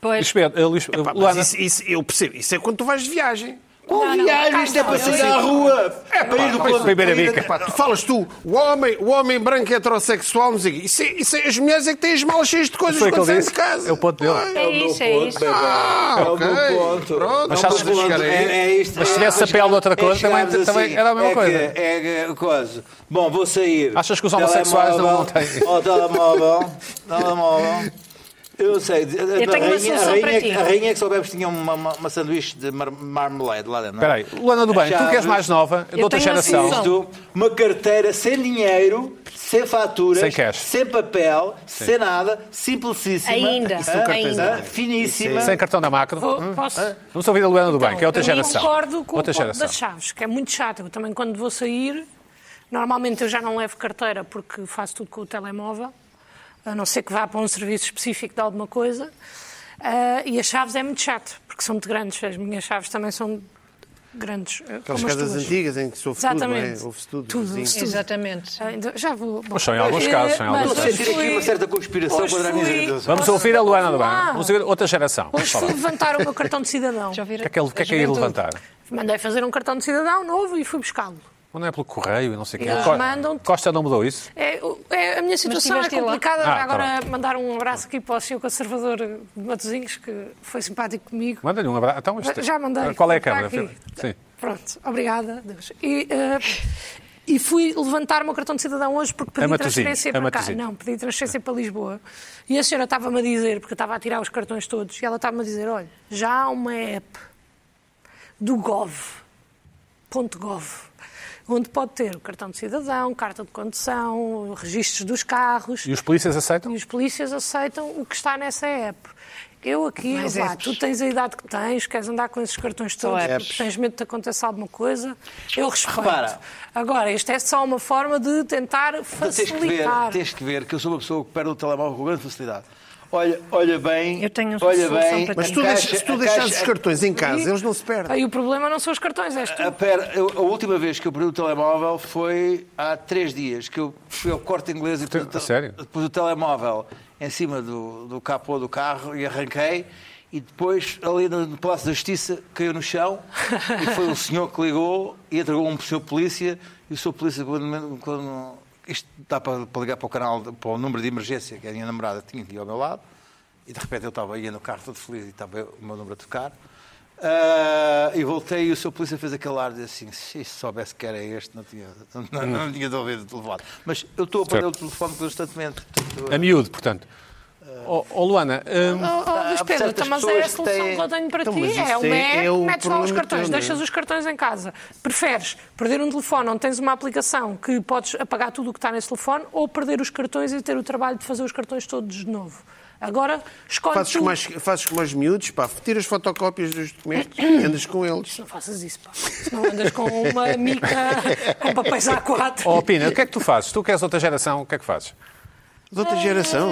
Speaker 6: Pois,
Speaker 1: Pedro, eh, Luís, eh,
Speaker 2: Pá, mas
Speaker 1: Luana,
Speaker 2: isso, isso- eu percebo, isso é quando tu vais de viagem.
Speaker 4: Qual
Speaker 5: não,
Speaker 4: viagem? Isto é para sair à rua. É para ir do
Speaker 1: para ir beber a bica.
Speaker 2: Pá, tu falas tu, o homem, o homem branco heterossexual, não sei o quê. isso, é- isso é- as mulheres é que têm as malas cheias de coisas
Speaker 1: Foi o que
Speaker 2: quando
Speaker 1: ele
Speaker 2: saem de
Speaker 1: disse.
Speaker 2: casa.
Speaker 1: É o ponto dele.
Speaker 6: é isso,
Speaker 2: um
Speaker 6: é isso.
Speaker 2: Ah, ok. Pronto,
Speaker 1: Mas
Speaker 4: é
Speaker 2: não
Speaker 1: sabes-
Speaker 2: vamos chegar aí.
Speaker 4: isto.
Speaker 1: Mas se tivesse
Speaker 4: Ah,
Speaker 1: papel de outra cor,
Speaker 4: é chegarmos
Speaker 1: também- também era a mesma
Speaker 4: é
Speaker 1: coisa.
Speaker 4: Que, é que- coisa. Bom, vou sair.
Speaker 1: Achas que os homossexuais não- não têm?
Speaker 4: (laughs) Telemóvel, Ó, telemóvel. Telemóvel. Eu não sei. Eu
Speaker 6: tenho uma
Speaker 4: a
Speaker 6: solução
Speaker 4: rainha,
Speaker 6: para ti.
Speaker 4: A rainha é que soubemos tinha uma, uma, uma sanduíche de mar, marmelade lá dentro. não é?
Speaker 1: Espera aí, Luana do Bem, tu que és
Speaker 4: Chaves.
Speaker 1: mais nova, de
Speaker 6: Eu
Speaker 1: outra
Speaker 6: tenho uma
Speaker 1: geração.
Speaker 6: solução.
Speaker 4: Isto, Então, uma carteira sem dinheiro, sem faturas,
Speaker 1: Sem cash.
Speaker 4: papel, sem nada, simplicíssima,
Speaker 6: Ainda,
Speaker 4: hã?
Speaker 6: Isso nunca tens,
Speaker 4: Hã?
Speaker 6: não é?
Speaker 4: finíssima.
Speaker 1: Sem cartão na macro.
Speaker 5: Vou- Posso?
Speaker 1: Vamos ouvir a Luana do Hum? Ah, Bem, que é outra
Speaker 5: Então, eu
Speaker 1: geração.
Speaker 5: concordo com
Speaker 1: Outra
Speaker 5: o ponto
Speaker 1: geração.
Speaker 5: das chaves, que é muito chato. Eu também, quando vou sair, normalmente eu já não levo carteira porque faço tudo com o telemóvel, a não ser que vá para um serviço específico de alguma coisa. Ah, e as chaves é muito chato, porque são muito grandes. As minhas chaves também são grandes. eh,
Speaker 2: Aquelas
Speaker 5: como as
Speaker 2: casas
Speaker 5: tuas.
Speaker 2: antigas em que se ouve tudo, não é?
Speaker 5: Exatamente.
Speaker 2: Ouve-se tudo,
Speaker 5: Tudo,
Speaker 2: vizinho.
Speaker 5: ouve-se
Speaker 6: Exatamente.
Speaker 5: Ah, ainda- Já vou. Bom.
Speaker 1: Mas são em alguns casos, são em
Speaker 5: Mas
Speaker 1: alguns
Speaker 5: hoje
Speaker 1: casos.
Speaker 4: Estou a sentir aqui
Speaker 5: fui-
Speaker 4: uma certa conspiração
Speaker 5: hoje
Speaker 4: contra a minha
Speaker 5: fui-
Speaker 4: geração.
Speaker 1: Vamos ouvir a Luana do Bem.
Speaker 5: Vamos lá.
Speaker 1: Vamos ouvir outra geração. Vamos
Speaker 5: Hoje
Speaker 1: falar.
Speaker 5: fui
Speaker 1: O
Speaker 5: levantar o meu cartão de cidadão.
Speaker 6: (laughs) Já ouviram?
Speaker 1: que é que ele- o que é que é ir
Speaker 6: Juventude.
Speaker 1: levantar?
Speaker 5: Mandei fazer um cartão de cidadão novo e fui buscá-lo.
Speaker 1: Não é pelo correio e não sei o quê.
Speaker 5: Eles
Speaker 1: Co-
Speaker 5: mandam-te-
Speaker 1: Costa não mudou isso?
Speaker 5: É, é- a minha situação é
Speaker 6: tiveste lá?
Speaker 5: complicada.
Speaker 1: Ah, tá
Speaker 5: Agora mandar um abraço aqui para o senhor conservador de Matosinhos, que foi simpático comigo.
Speaker 1: Manda-lhe um abraço. Então, este-
Speaker 5: Já mandei.
Speaker 1: Qual é a
Speaker 5: Está
Speaker 1: câmara?
Speaker 5: aqui.
Speaker 1: Sim.
Speaker 5: Pronto, obrigada. Deus. E, eh, e fui levantar o meu cartão de cidadão hoje porque pedi
Speaker 1: A Matosinhos,
Speaker 5: transferência
Speaker 1: a
Speaker 5: para cá.
Speaker 1: Matosinhos.
Speaker 5: Não, pedi transferência para Lisboa. E a senhora estava-me a dizer, porque eu estava a tirar os cartões todos, e ela estava-me a dizer, olha, já há uma app do gov. .gov, onde pode ter o cartão de cidadão, carta de condução, registros dos carros.
Speaker 1: E os polícias
Speaker 5: E
Speaker 1: aceitam?
Speaker 5: os polícias aceitam o que está nessa app. Eu aqui,
Speaker 6: Mais
Speaker 5: vá,
Speaker 6: apps.
Speaker 5: tu tens a idade que tens, queres andar com esses cartões todos
Speaker 6: apps.
Speaker 5: porque tens medo de te acontecer alguma coisa, eu respeito.
Speaker 4: Repara.
Speaker 5: Agora, isto é só uma forma de tentar
Speaker 4: Tu Tens que, ver,
Speaker 5: facilitar.
Speaker 4: tens que ver que eu sou uma pessoa que perde o telemóvel com grande facilidade. Olha, olha bem.
Speaker 6: Eu tenho uma
Speaker 4: olha
Speaker 6: solução
Speaker 4: bem,
Speaker 6: para ti.
Speaker 2: Mas tu
Speaker 4: encaixa-
Speaker 2: deixas- se tu
Speaker 4: encaixa-
Speaker 2: deixares os cartões em casa, eles não se perdem.
Speaker 5: Aí o problema não são os cartões, és tu.
Speaker 4: A, Ah, pera- eu- a última vez que eu perdi o telemóvel foi há três dias, que eu fui ao corte inglês e pus, o
Speaker 1: Então, A sério?
Speaker 4: pus o telemóvel em cima do, do capô do carro e arranquei. E depois, ali no no Palácio da Justiça, caiu no chão e foi um senhor que ligou e entregou um senhor polícia. E o senhor polícia, quando. quando- isto dá para, para ligar para o canal, para o número de emergência que a minha namorada tinha aqui ao meu lado. E de repente eu estava ia no carro todo feliz e estava o meu número a tocar. Ah, e voltei e o seu polícia fez aquele ar de assim, se soubesse que era este, não tinha, não, não tinha ouvido o telefone. Mas eu estou a perder o
Speaker 1: Hum. Certo.
Speaker 4: telefone constantemente. portanto,
Speaker 1: A miúdo, portanto. Ó ó, Luana, hum,
Speaker 2: Ah,
Speaker 5: Oh, oh, Luís
Speaker 4: há
Speaker 5: Pedro,
Speaker 4: certas
Speaker 5: então, mas é a
Speaker 4: pessoas que
Speaker 5: solução
Speaker 4: têm-
Speaker 5: que eu tenho para
Speaker 2: Então, mas
Speaker 5: ti.
Speaker 2: isso
Speaker 5: É uma
Speaker 2: é-
Speaker 5: app,
Speaker 2: é o
Speaker 5: metes lá os
Speaker 2: problema
Speaker 5: cartões,
Speaker 2: teu, não é?
Speaker 5: deixas os cartões em casa. Preferes perder um telefone onde tens uma aplicação que podes apagar tudo o que está nesse telefone ou perder os cartões e ter o trabalho de fazer os cartões todos de novo. Agora, escolhe
Speaker 2: Fazes
Speaker 5: tu.
Speaker 2: com, mais, fazes com mais miúdos, pá, tiras fotocópias dos
Speaker 1: (coughs)
Speaker 2: documentos e andas com eles.
Speaker 5: Não faças isso, pá. Se não andas com uma
Speaker 1: (laughs) É
Speaker 5: mica,
Speaker 1: um
Speaker 5: com papéis A4.
Speaker 1: ó, Pina, o que é que tu fazes? Tu que és outra geração, o que é que fazes?
Speaker 2: De outra geração.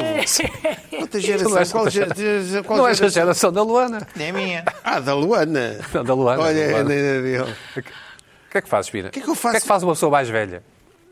Speaker 2: De outra geração.
Speaker 1: Não és
Speaker 2: Qual,
Speaker 1: outra
Speaker 2: gera-
Speaker 1: geração.
Speaker 2: qual
Speaker 1: Não és a
Speaker 2: geração?
Speaker 1: geração da Luana.
Speaker 4: Nem a minha.
Speaker 2: Ah, da Luana.
Speaker 1: Não, da Luana,
Speaker 2: Olha,
Speaker 1: da Luana.
Speaker 2: nem da dele.
Speaker 1: O que é que fazes, Pina? O
Speaker 2: que é que eu faço?
Speaker 1: O que é que faz uma pessoa mais velha?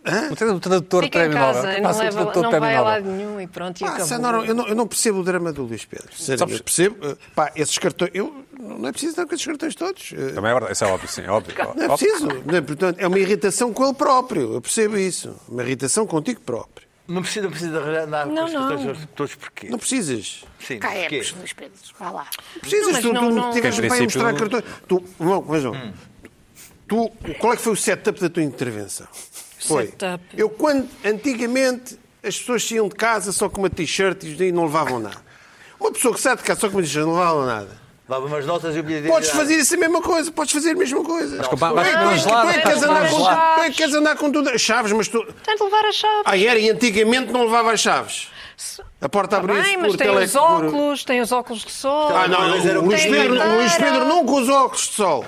Speaker 1: Não tens um tradutor de
Speaker 6: Fica em
Speaker 1: prémio Nobel.
Speaker 6: casa,
Speaker 1: Tu
Speaker 6: não,
Speaker 1: passas um
Speaker 6: leva,
Speaker 1: tradutor de
Speaker 6: não
Speaker 1: prémio
Speaker 6: vai a
Speaker 1: Nobel.
Speaker 6: lado nenhum e pronto, e
Speaker 2: Pá,
Speaker 6: acabou.
Speaker 2: isso é normal. eu, não, eu não percebo o drama do Luís Pedro. Sério,
Speaker 1: Sabes-
Speaker 2: eu percebo. eh, Pá, esses cartões. Eu, não é preciso estar com esses cartões todos. eh,
Speaker 1: Também é verdade, isso é óbvio, sim, é óbvio.
Speaker 2: Não
Speaker 1: Óbvio.
Speaker 2: é preciso. Não é? Portanto, é uma irritação com ele próprio. Eu percebo isso. Uma irritação contigo próprio.
Speaker 4: Não precisa, não precisa de arranjar nada
Speaker 6: Não,
Speaker 4: com os
Speaker 6: não.
Speaker 4: cartões todos porquê.
Speaker 2: Não precisas.
Speaker 4: Sim,
Speaker 5: Cá é,
Speaker 4: porquê?
Speaker 5: pois, Luís Pedro, vá lá.
Speaker 2: Precisas,
Speaker 3: Então, mas
Speaker 2: tu,
Speaker 3: não-
Speaker 2: tu
Speaker 3: não-
Speaker 2: tiveste
Speaker 1: Em
Speaker 2: para
Speaker 1: princípio-
Speaker 6: é
Speaker 2: mostrar cartões. Tu, não, vejam,
Speaker 6: Hum.
Speaker 2: tu, qual é que foi o setup da tua intervenção? Foi.
Speaker 6: Setup.
Speaker 2: Eu, quando, antigamente, as pessoas saíam de casa só com uma t-shirt e não levavam nada. Uma pessoa que sai de casa só com uma t-shirt não levava nada.
Speaker 4: Dava umas notas e eu podia
Speaker 2: Podes fazer isso a mesma coisa, podes fazer a mesma coisa.
Speaker 1: Mas, compa- mas
Speaker 2: Tu é que-
Speaker 1: congelado,
Speaker 2: tu é que
Speaker 1: tá
Speaker 2: queres andar com-
Speaker 1: congelado.
Speaker 2: tu é que queres andar com tudo. Chaves, mas tu.
Speaker 6: Tem de levar a chave.
Speaker 2: Ah, era, e antigamente não levava as chaves. A porta abria-se
Speaker 6: tá Bem,
Speaker 2: por
Speaker 6: mas tem
Speaker 2: tele-
Speaker 6: os
Speaker 2: por-
Speaker 6: óculos, tem os óculos de sol.
Speaker 2: Ah, não,
Speaker 4: Mas era
Speaker 2: o Luís
Speaker 6: tem
Speaker 2: Pedro, o
Speaker 6: bandeira.
Speaker 2: Luís Pedro não com os óculos de sol.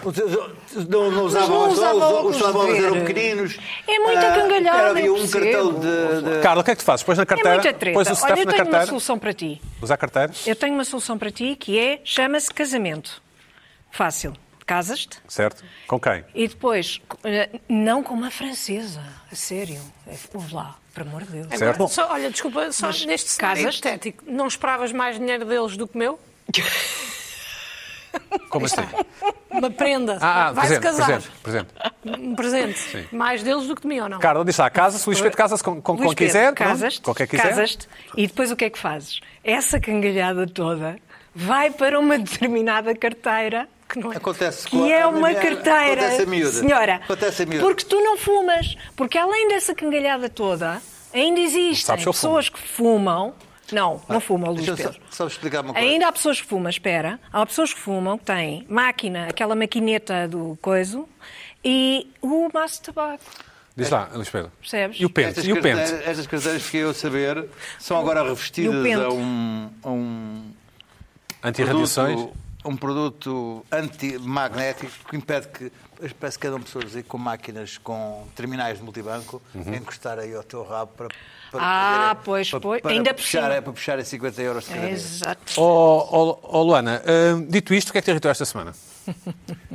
Speaker 4: Não, não usavam os
Speaker 6: usava
Speaker 4: óculos,
Speaker 6: óculos
Speaker 4: os
Speaker 6: de
Speaker 4: óculos
Speaker 6: ver.
Speaker 4: eram pequeninos.
Speaker 6: É muita
Speaker 4: Ah,
Speaker 6: cangalhada,
Speaker 4: era- Havia
Speaker 6: eu
Speaker 4: um
Speaker 6: percebo.
Speaker 4: cartão de. de-
Speaker 1: Carla, o que é que tu fazes? Pões na
Speaker 6: É
Speaker 1: carteira?
Speaker 6: muita treta.
Speaker 1: pões o
Speaker 6: Olha,
Speaker 1: staff
Speaker 6: eu
Speaker 1: na
Speaker 6: tenho uma
Speaker 1: carteira?
Speaker 6: solução para ti.
Speaker 1: Usar carteira?
Speaker 6: Eu tenho uma solução para ti que é, chama-se casamento. Fácil. Casas-te
Speaker 1: Certo. Com quem?
Speaker 6: e depois, eh, não com uma francesa, a sério. Eh, Ouve lá, por amor de Deus.
Speaker 1: Certo.
Speaker 5: Agora, só, olha, desculpa, só
Speaker 6: Mas
Speaker 5: neste cenário
Speaker 6: casas?
Speaker 5: hipotético, não esperavas mais dinheiro deles do que meu?
Speaker 1: Como assim?
Speaker 5: Uma
Speaker 1: (laughs)
Speaker 5: prenda,
Speaker 1: Ah, ah,
Speaker 5: vai-se
Speaker 1: presente,
Speaker 5: casar.
Speaker 1: presente, presente.
Speaker 5: Um presente. Mais deles do que de mim, ou não?
Speaker 1: Carla, diz lá, casa-se, Luís Pedro casa-se com, com, com
Speaker 6: Luís
Speaker 1: quem
Speaker 6: Pedro,
Speaker 1: quiser. pronto,
Speaker 6: casas-te,
Speaker 1: com quem quiser.
Speaker 6: casas-te e depois o que é que fazes? Essa cangalhada toda vai para uma (laughs) determinada carteira
Speaker 5: Que não é.
Speaker 4: Acontece com
Speaker 6: que é
Speaker 4: a
Speaker 6: uma
Speaker 4: mulher,
Speaker 6: carteira,
Speaker 4: Acontece a miúda.
Speaker 6: senhora,
Speaker 4: Acontece a miúda.
Speaker 6: porque tu não fumas, porque além dessa cangalhada toda, ainda existem
Speaker 1: Sabes que eu fumo.
Speaker 6: pessoas que fumam, não, não fumam, Luís
Speaker 4: Deixa-me Ah, só-
Speaker 6: Pedro.
Speaker 4: só explicar uma coisa.
Speaker 6: Ainda há pessoas que fumam, espera, há pessoas que fumam, que têm máquina, aquela maquineta do coiso, e o maço de tabaco,
Speaker 1: Diz lá, Luís Pedro.
Speaker 6: Percebes?
Speaker 1: E o pente?
Speaker 4: Estas
Speaker 1: E o
Speaker 4: carteiras-
Speaker 1: pente?
Speaker 4: Estas carteiras que fiquei eu a saber são agora
Speaker 6: E o
Speaker 4: revestidas
Speaker 6: pente?
Speaker 4: a um, a um
Speaker 1: Antirradiações?
Speaker 4: produto, um produto antimagnético que impede que parece que andam pessoas aí com máquinas com terminais de multibanco a encostar aí ao teu rabo para, para
Speaker 6: Ah,
Speaker 4: poder- é,
Speaker 6: pois,
Speaker 4: para,
Speaker 6: pois.
Speaker 4: para
Speaker 6: Ainda por
Speaker 4: puxar,
Speaker 6: cima.
Speaker 4: é para puxar a 50 euros de cada vez.
Speaker 6: exato.
Speaker 1: Oh, oh, oh, Luana, hum, dito isto, o que é que te irritou esta
Speaker 6: (laughs)
Speaker 1: semana?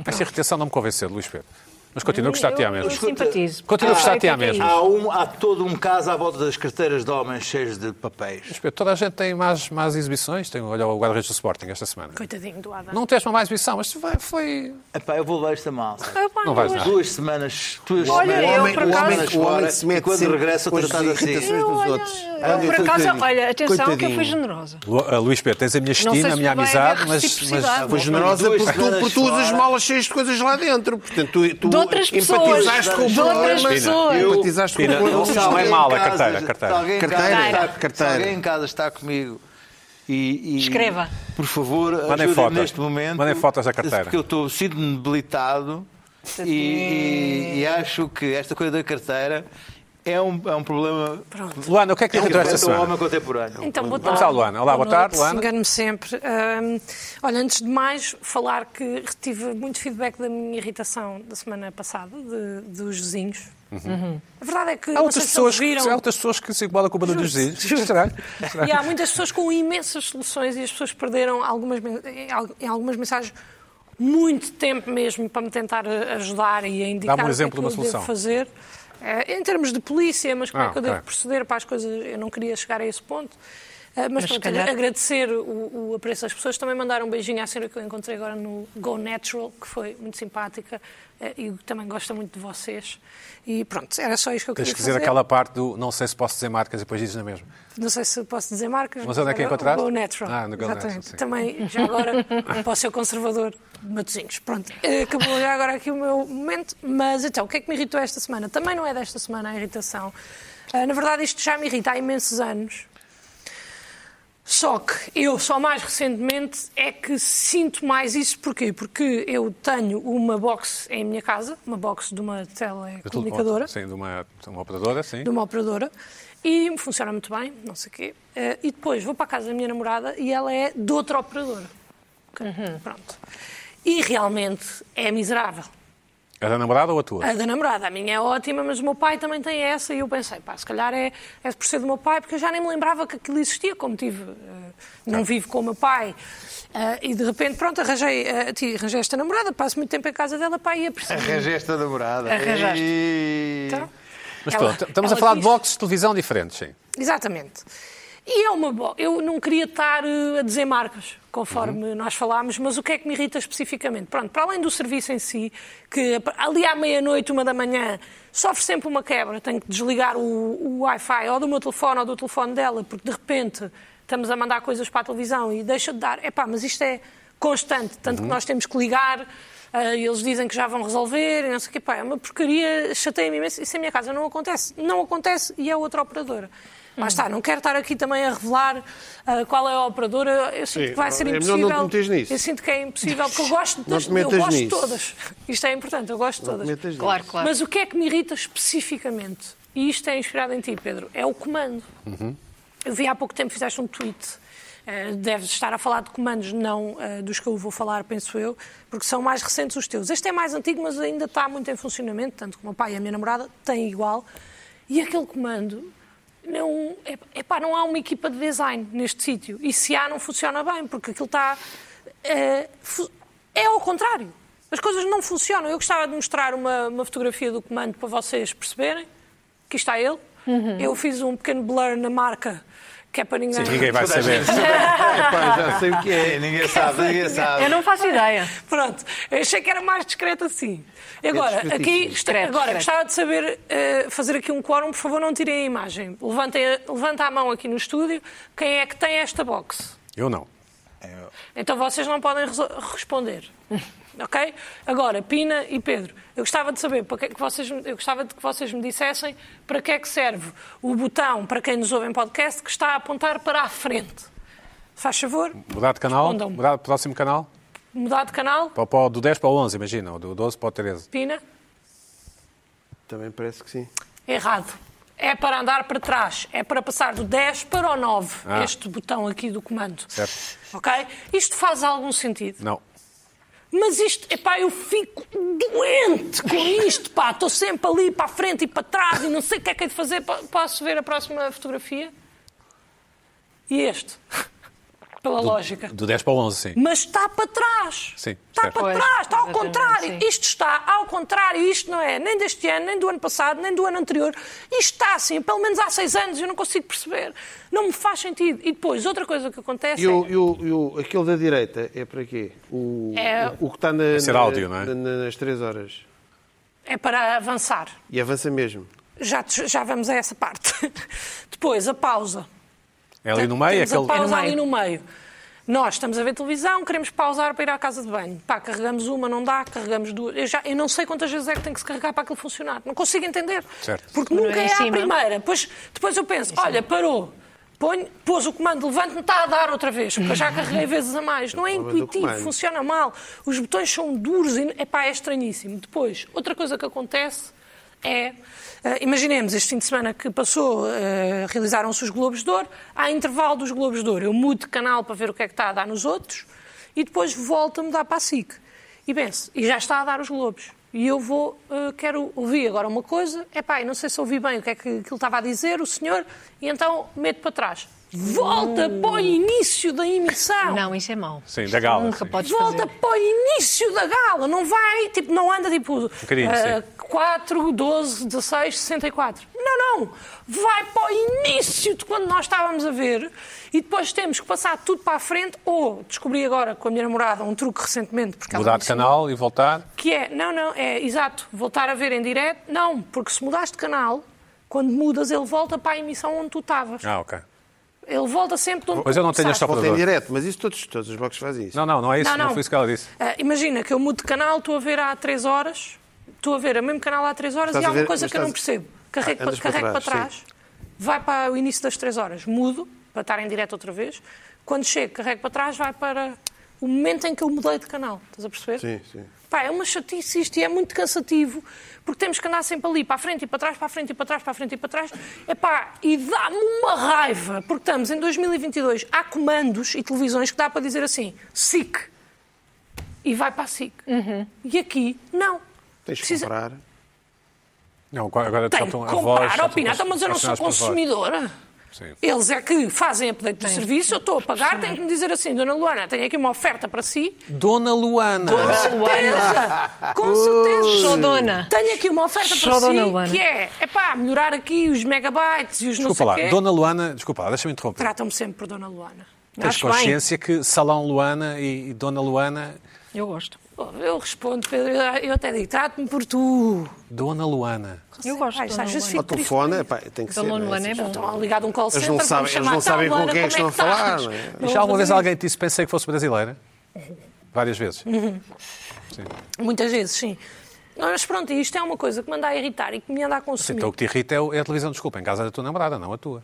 Speaker 1: Essa irritação não me convenceu, Luís Pedro. Mas continua a gostar-te à
Speaker 6: Eu- eu
Speaker 1: mesma.
Speaker 6: simpatizo.
Speaker 1: Continua a
Speaker 6: Ah,
Speaker 1: gostar-te à
Speaker 6: sei o que é que
Speaker 1: mesma.
Speaker 6: é
Speaker 4: Há, um, há todo um caso à volta das carteiras de homens cheios de papéis.
Speaker 1: Luís Pedro, toda a gente tem mais, mais exibições. Tem, olha o guarda-redes do Sporting esta semana.
Speaker 5: Coitadinho do Adam.
Speaker 1: Não tens uma mais exibição, mas foi- foi...
Speaker 4: Epá, eu vou levar esta malta.
Speaker 6: Ah, pá,
Speaker 1: Não vais
Speaker 6: hoje-
Speaker 1: nada.
Speaker 4: Duas semanas, duas
Speaker 6: Olha,
Speaker 4: semanas,
Speaker 6: eu, por
Speaker 4: duas
Speaker 6: acaso-
Speaker 4: semanas
Speaker 2: o homem
Speaker 4: fora,
Speaker 2: que se mete
Speaker 4: e quando
Speaker 2: sempre
Speaker 4: regressa
Speaker 2: com as
Speaker 4: tratado assim.
Speaker 2: irritações
Speaker 6: Eu,
Speaker 2: dos
Speaker 6: olha,
Speaker 2: outros.
Speaker 6: eu,
Speaker 2: Ah,
Speaker 6: por acaso,
Speaker 2: coitadinho.
Speaker 6: olha, atenção que eu
Speaker 2: Coitadinho.
Speaker 6: fui generosa.
Speaker 1: Lu- ah, Luís Pedro, tens a minha
Speaker 6: sei
Speaker 1: estima,
Speaker 6: se
Speaker 1: a minha
Speaker 6: vai
Speaker 1: amizade,
Speaker 6: haver
Speaker 1: mas... mas
Speaker 6: reciprocidade.
Speaker 2: Foi
Speaker 6: Duas
Speaker 2: generosa
Speaker 4: semanas
Speaker 2: porque tu, porque tu usas
Speaker 4: fora.
Speaker 2: malas cheias de coisas lá dentro. Portanto, tu, tu
Speaker 6: De outras pessoas.
Speaker 2: empatizaste com o
Speaker 6: De outras
Speaker 2: problema.
Speaker 6: pessoas.
Speaker 2: Empatizaste com o
Speaker 1: Pina,
Speaker 2: problema.
Speaker 1: não é mala, carteira, carteira.
Speaker 2: Carteira, carteira.
Speaker 4: Se alguém em casa está comigo e... e-
Speaker 6: Escreva.
Speaker 4: Por favor,
Speaker 1: Mandem
Speaker 4: ajudem
Speaker 1: fotos.
Speaker 4: neste momento.
Speaker 1: Mandem fotos da carteira.
Speaker 4: Porque eu estou, sinto-me debilitado e, e- e acho que esta coisa da carteira é um, é um problema...
Speaker 1: Luana, o que é que te
Speaker 4: que
Speaker 1: irritou esta
Speaker 4: afeta o um homem
Speaker 1: semana?
Speaker 4: contemporâneo.
Speaker 5: Então, boa
Speaker 1: Vamos
Speaker 5: tarde.
Speaker 1: à Luana. Olá, boa tarde,
Speaker 5: noite,
Speaker 1: Luana.
Speaker 5: Engano-me sempre. Ahm, olha, antes de mais, falar que retive muito feedback da minha irritação da semana passada, de- dos vizinhos. A verdade é que
Speaker 1: Uhum. Há
Speaker 5: não
Speaker 1: outras,
Speaker 5: sei se
Speaker 1: pessoas,
Speaker 5: eles
Speaker 1: que-
Speaker 5: viram.
Speaker 1: há outras pessoas que se igualam com o barulho dos vizinhos.
Speaker 5: (laughs)
Speaker 1: Estranho.
Speaker 5: E há muitas pessoas com imensas soluções e as pessoas perderam algumas, men- em al- em algumas mensagens muito tempo mesmo para me tentar eh, ajudar e a indicar
Speaker 1: Dá-me um
Speaker 5: o que é
Speaker 1: exemplo
Speaker 5: que
Speaker 1: de uma
Speaker 5: eu devo
Speaker 1: solução.
Speaker 5: fazer. Eh, Em termos de polícia, mas como
Speaker 1: Ah,
Speaker 5: é que eu
Speaker 1: ok.
Speaker 5: devo proceder para as coisas? Eu não queria chegar a esse ponto. Eh, Mas,
Speaker 6: se
Speaker 5: pronto,
Speaker 6: calhar-
Speaker 5: agradecer o, o apreço das pessoas. Também mandar um beijinho à senhora que eu encontrei agora no Go Natural, que foi muito simpática eh, e também gosta muito de vocês. E pronto, era só isto que eu
Speaker 1: Tens
Speaker 5: queria
Speaker 1: que dizer
Speaker 5: fazer.
Speaker 1: aquela parte do não sei se posso dizer marcas e depois dizes na mesma.
Speaker 5: Não sei se posso dizer marcas.
Speaker 1: Mas onde é que
Speaker 5: olha,
Speaker 1: encontraste?
Speaker 5: o Go Natural.
Speaker 1: Ah, no Go
Speaker 5: Exatamente.
Speaker 1: Natural, sim.
Speaker 5: Também,
Speaker 1: (laughs)
Speaker 5: já agora, posso ser conservador de Matosinhos. Pronto, eh, acabou já agora aqui o meu momento. Mas então, o que é que me irritou esta semana? Também não é desta semana a irritação. Ah, na verdade, isto já me irrita há imensos anos. Só que eu só mais recentemente é que sinto mais isso. Porquê? Porque eu tenho uma box em minha casa, uma box de uma telecomunicadora
Speaker 1: Sim, de uma, de uma operadora, sim.
Speaker 5: de uma operadora e funciona muito bem, não sei o quê. Eh, E depois vou para a casa da minha namorada e ela é de outra operadora. Ok? Pronto. E realmente é miserável.
Speaker 1: A É da namorada ou a tua?
Speaker 5: A da namorada, a minha é ótima, mas o meu pai também tem essa. E eu pensei, pá, se calhar é, é por ser do meu pai, porque eu já nem me lembrava que aquilo existia, como tive, eh, não vivo com o meu pai. Ah, e de repente, pronto, arranjei, eh, ti- arranjei esta namorada, passo muito tempo em casa dela, pá, e apercebi.
Speaker 4: Arranjei esta namorada.
Speaker 6: Arranjaste.
Speaker 4: E-
Speaker 5: Então,
Speaker 1: Mas
Speaker 5: ela-
Speaker 4: É.
Speaker 1: pronto, estamos a
Speaker 5: ela Ah.
Speaker 1: falar de
Speaker 5: quis-
Speaker 1: boxes de televisão diferentes, sim.
Speaker 5: Exatamente. E é uma boa. Eu não queria estar eh, a dizer marcas, conforme nós falámos, mas o que é que me irrita especificamente? Pronto, para além do serviço em si, que ali à meia-noite, uma da manhã, sofre sempre uma quebra, tenho que desligar o, o Wi-Fi ou do meu telefone ou do telefone dela, porque de repente estamos a mandar coisas para a televisão e deixa de dar. Epá, mas isto é constante, tanto que nós temos que ligar. ah, e eles dizem que já vão resolver, e não sei o quê. Pá, é uma porcaria, chateia-me imenso. Isso em minha casa não acontece. Não acontece e é outra operadora. Lá está, não quero estar aqui também a revelar ah, qual é a operadora. Eu sinto
Speaker 2: Sim,
Speaker 5: que vai ser
Speaker 2: é melhor
Speaker 5: impossível.
Speaker 2: não te metas nisso.
Speaker 5: Eu sinto que é
Speaker 2: (laughs)
Speaker 5: impossível, porque eu gosto
Speaker 2: Não
Speaker 5: das,
Speaker 2: te metas
Speaker 5: eu gosto de
Speaker 2: nisso.
Speaker 5: todas. Isto é importante, eu gosto de todas.
Speaker 2: Metas nisso.
Speaker 7: Claro, claro.
Speaker 5: Mas o que é que me irrita especificamente, e isto é inspirado em ti, Pedro, é o comando. Eu vi há pouco tempo, fizeste um tweet. eh, Deves estar a falar de comandos, não eh, dos que eu vou falar, penso eu, porque são mais recentes os teus. Este é mais antigo, mas ainda está muito em funcionamento, tanto que o meu pai e a minha namorada têm igual. E aquele comando, não, é, epá, não há uma equipa de design neste sítio. E se há, não funciona bem, porque aquilo está. eh, fu- é ao contrário. As coisas não funcionam. Eu gostava de mostrar uma, uma fotografia do comando para vocês perceberem. Aqui está ele.
Speaker 6: Uhum.
Speaker 5: Eu fiz um pequeno blur na marca, que é para ninguém.
Speaker 1: Ninguém vai saber.
Speaker 2: Epá, já sei o que é.
Speaker 4: É, ninguém sabe, ninguém sabe.
Speaker 6: Eu não faço ideia.
Speaker 5: Pronto, eu achei que era mais discreto assim.
Speaker 1: É
Speaker 5: Agora, aqui, está-
Speaker 6: Discreto, discreto.
Speaker 5: agora gostava de saber, eh, fazer aqui um quórum, por favor, não tirem a imagem. Levantem, a- levanta a mão aqui no estúdio, quem é que tem esta box?
Speaker 1: Eu não.
Speaker 5: Então vocês não podem reso-
Speaker 1: (laughs)
Speaker 5: responder. Ok? Agora, Pina e Pedro, eu gostava de saber, para que é que vocês, me- eu gostava de que vocês me dissessem para que é que serve o botão, para quem nos ouve em podcast, que está a apontar para a frente. Faz favor,
Speaker 1: Mudar de canal,
Speaker 5: Respondam-me.
Speaker 1: mudar de próximo canal,
Speaker 5: mudar de canal.
Speaker 1: Para- para o do 10 para o 11, imagina, ou do 12 para o 13.
Speaker 5: Pina,
Speaker 2: Também parece que sim.
Speaker 5: errado. É para andar para trás, é para passar do 10 para o 9,
Speaker 1: Ah.
Speaker 5: este botão aqui do comando.
Speaker 1: Certo?
Speaker 5: Ok? Isto faz algum sentido.
Speaker 1: Não.
Speaker 5: Mas isto, epá, eu fico doente com isto, pá. Estou sempre ali para a frente e para trás e não sei o que é que é de fazer. Po- Posso ver a próxima fotografia? E este? (laughs) Pela lógica.
Speaker 1: Do 10 para o 11, sim.
Speaker 5: Mas está para trás.
Speaker 1: Sim,
Speaker 5: Está
Speaker 1: certo.
Speaker 5: para
Speaker 7: Pois,
Speaker 5: trás, está ao
Speaker 7: exatamente,
Speaker 5: contrário.
Speaker 7: sim.
Speaker 5: Isto está ao contrário. Isto não é nem deste ano, nem do ano passado, nem do ano anterior. Isto está assim, pelo menos há seis anos, eu não consigo perceber. Não me faz sentido. E depois, outra coisa que acontece
Speaker 2: E o,
Speaker 5: é...
Speaker 2: e o- e o- aquele da direita é para quê? O,
Speaker 5: É-
Speaker 2: o, o que está na,
Speaker 1: ser
Speaker 2: na-
Speaker 1: áudio, não é?
Speaker 2: na- nas três horas.
Speaker 5: é para avançar.
Speaker 2: E avança mesmo.
Speaker 5: Já, já vamos a essa parte. (laughs) Depois, a pausa.
Speaker 1: É ali no meio, é
Speaker 5: Temos
Speaker 1: aquele.
Speaker 5: a pausa ali no meio. Nós estamos a ver televisão, queremos pausar para ir à casa de banho. Pá, carregamos uma, não dá, carregamos duas. Eu, já, eu não sei quantas vezes é que tem que se carregar para aquilo funcionar. Não consigo entender.
Speaker 1: Certo.
Speaker 5: Porque
Speaker 7: Não é
Speaker 5: nunca
Speaker 7: em
Speaker 5: é a
Speaker 7: cima.
Speaker 5: primeira. Depois, depois eu penso, olha, parou. Ponho, pôs o comando, levante-me, está a dar outra vez, porque eu já carreguei vezes a mais. Não é
Speaker 2: problema do
Speaker 5: intuitivo,
Speaker 2: comando.
Speaker 5: funciona mal. Os botões são duros e epá, é estranhíssimo. Depois, outra coisa que acontece é, eh, imaginemos, este fim de semana que passou, eh, realizaram-se os Globos de Ouro, há intervalo dos Globos de Ouro, eu mudo de canal para ver o que é que está a dar nos outros e depois volto a mudar para a SIC. E penso, e já está a dar os Globos. E eu vou, eh, quero ouvir agora uma coisa, epá, eu não sei se ouvi bem o que é que ele estava a dizer, o senhor, e então meto para trás. Volta para o início da emissão.
Speaker 7: Não, isso é mau.
Speaker 1: Sim, da gala,
Speaker 7: Nunca
Speaker 1: sim.
Speaker 7: podes
Speaker 5: Volta
Speaker 7: fazer.
Speaker 5: para o início da gala, não vai, tipo, não anda tipo
Speaker 1: Um bocadinho,
Speaker 5: eh,
Speaker 1: sim.
Speaker 5: 4, 12, 16, 64. Não, não! Vai para o início de quando nós estávamos a ver e depois temos que passar tudo para a frente ou descobri agora com a minha namorada um truque recentemente, porque ela
Speaker 1: Mudar de
Speaker 5: disse-me
Speaker 1: canal e voltar.
Speaker 5: que é, não, não, é exato, voltar a ver em direto, não, porque se mudaste de canal, quando mudas ele volta para a emissão onde tu estavas.
Speaker 1: Ah, ok.
Speaker 5: Ele volta sempre de onde
Speaker 1: Mas eu não tenho
Speaker 5: começaste.
Speaker 1: esta
Speaker 2: Volta em
Speaker 1: operadora.
Speaker 2: direto, mas isso todos, todos os blocos fazem isso.
Speaker 1: Não, não, não é isso.
Speaker 5: Não,
Speaker 1: Não,
Speaker 5: não.
Speaker 1: foi isso que ela disse.
Speaker 5: Ah, imagina que eu mudo de canal, estou a ver há 3 horas, estou a ver o mesmo canal há 3 horas
Speaker 2: Estás
Speaker 5: e há
Speaker 2: a
Speaker 5: uma
Speaker 2: ver-
Speaker 5: coisa
Speaker 2: mas
Speaker 5: que eu não
Speaker 2: estás-
Speaker 5: percebo. Carrego,
Speaker 2: Ah,
Speaker 5: para,
Speaker 2: andas para
Speaker 5: carrego para
Speaker 2: trás,
Speaker 5: trás, vai para o início das 3 horas, mudo, para estar em direto outra vez. Quando chego, carrego para trás, vai para o momento em que eu mudei de canal. Estás a perceber?
Speaker 2: Sim, sim.
Speaker 5: Pá, é uma chatice isto e é muito cansativo, porque temos que andar sempre ali, para a frente e para trás, para a frente e para trás, para a frente e para trás. Epá, e dá-me uma raiva, porque estamos em 2022, há comandos e televisões que dá para dizer assim, SIC, e vai para a SIC. E aqui, não.
Speaker 2: Tens que
Speaker 5: Precisa-
Speaker 2: comprar.
Speaker 1: Não, agora
Speaker 5: Tenho que
Speaker 1: saltam a voz.
Speaker 5: comprar,
Speaker 1: saltam
Speaker 5: opina,
Speaker 1: as-
Speaker 5: então, mas eu não
Speaker 1: as
Speaker 5: sou
Speaker 1: sinais pela voz.
Speaker 5: consumidora.
Speaker 1: Sim.
Speaker 5: Eles é que fazem update do serviço, eu estou a pagar, têm que me dizer assim, Dona Luana, tenho aqui uma oferta para si.
Speaker 1: Dona Luana.
Speaker 5: Com certeza! Com certeza!
Speaker 6: Sou dona.
Speaker 5: Tenho aqui uma oferta
Speaker 6: Só
Speaker 5: para si,
Speaker 6: Dona Luana.
Speaker 5: que é, epá, melhorar aqui os megabytes e os não
Speaker 1: Desculpa
Speaker 5: sei
Speaker 1: lá,
Speaker 5: quê.
Speaker 1: Dona Luana, desculpa lá, deixa-me interromper.
Speaker 5: Tratam-me sempre por Dona Luana.
Speaker 1: Tens
Speaker 6: Acho
Speaker 1: consciência que Salão Luana e, e Dona Luana.
Speaker 6: bem. Eu gosto.
Speaker 5: Pô, Eu respondo, Pedro, eu eu até digo, trate-me por tu.
Speaker 1: Dona Luana.
Speaker 6: Eu gosto
Speaker 5: Ah,
Speaker 6: de
Speaker 5: isto
Speaker 6: Dona
Speaker 5: às vezes
Speaker 2: Ao
Speaker 5: fico triste.
Speaker 2: telefone, epá, tem que ser.
Speaker 6: Salão
Speaker 2: não é?
Speaker 6: Luana é bom.
Speaker 5: Estão ligado a um call
Speaker 2: Eles
Speaker 5: center,
Speaker 2: não
Speaker 5: vamos
Speaker 2: sabem- eles
Speaker 5: chamar,
Speaker 2: não
Speaker 5: "Tá,
Speaker 2: sabem com
Speaker 5: Luana,
Speaker 2: quem é que
Speaker 5: como
Speaker 2: estão a falar,
Speaker 5: estás?"
Speaker 2: não é?
Speaker 5: Não
Speaker 1: Já alguma
Speaker 5: ouves
Speaker 1: vez
Speaker 5: isso.
Speaker 1: alguém te disse pensei que fosse brasileira? Várias vezes.
Speaker 5: Muitas vezes, sim. Não, Mas pronto, isto é uma coisa que me anda a irritar e que me anda a consumir.
Speaker 1: Então o que te irrita é o- é a televisão, desculpa, em casa da tua namorada, não a tua.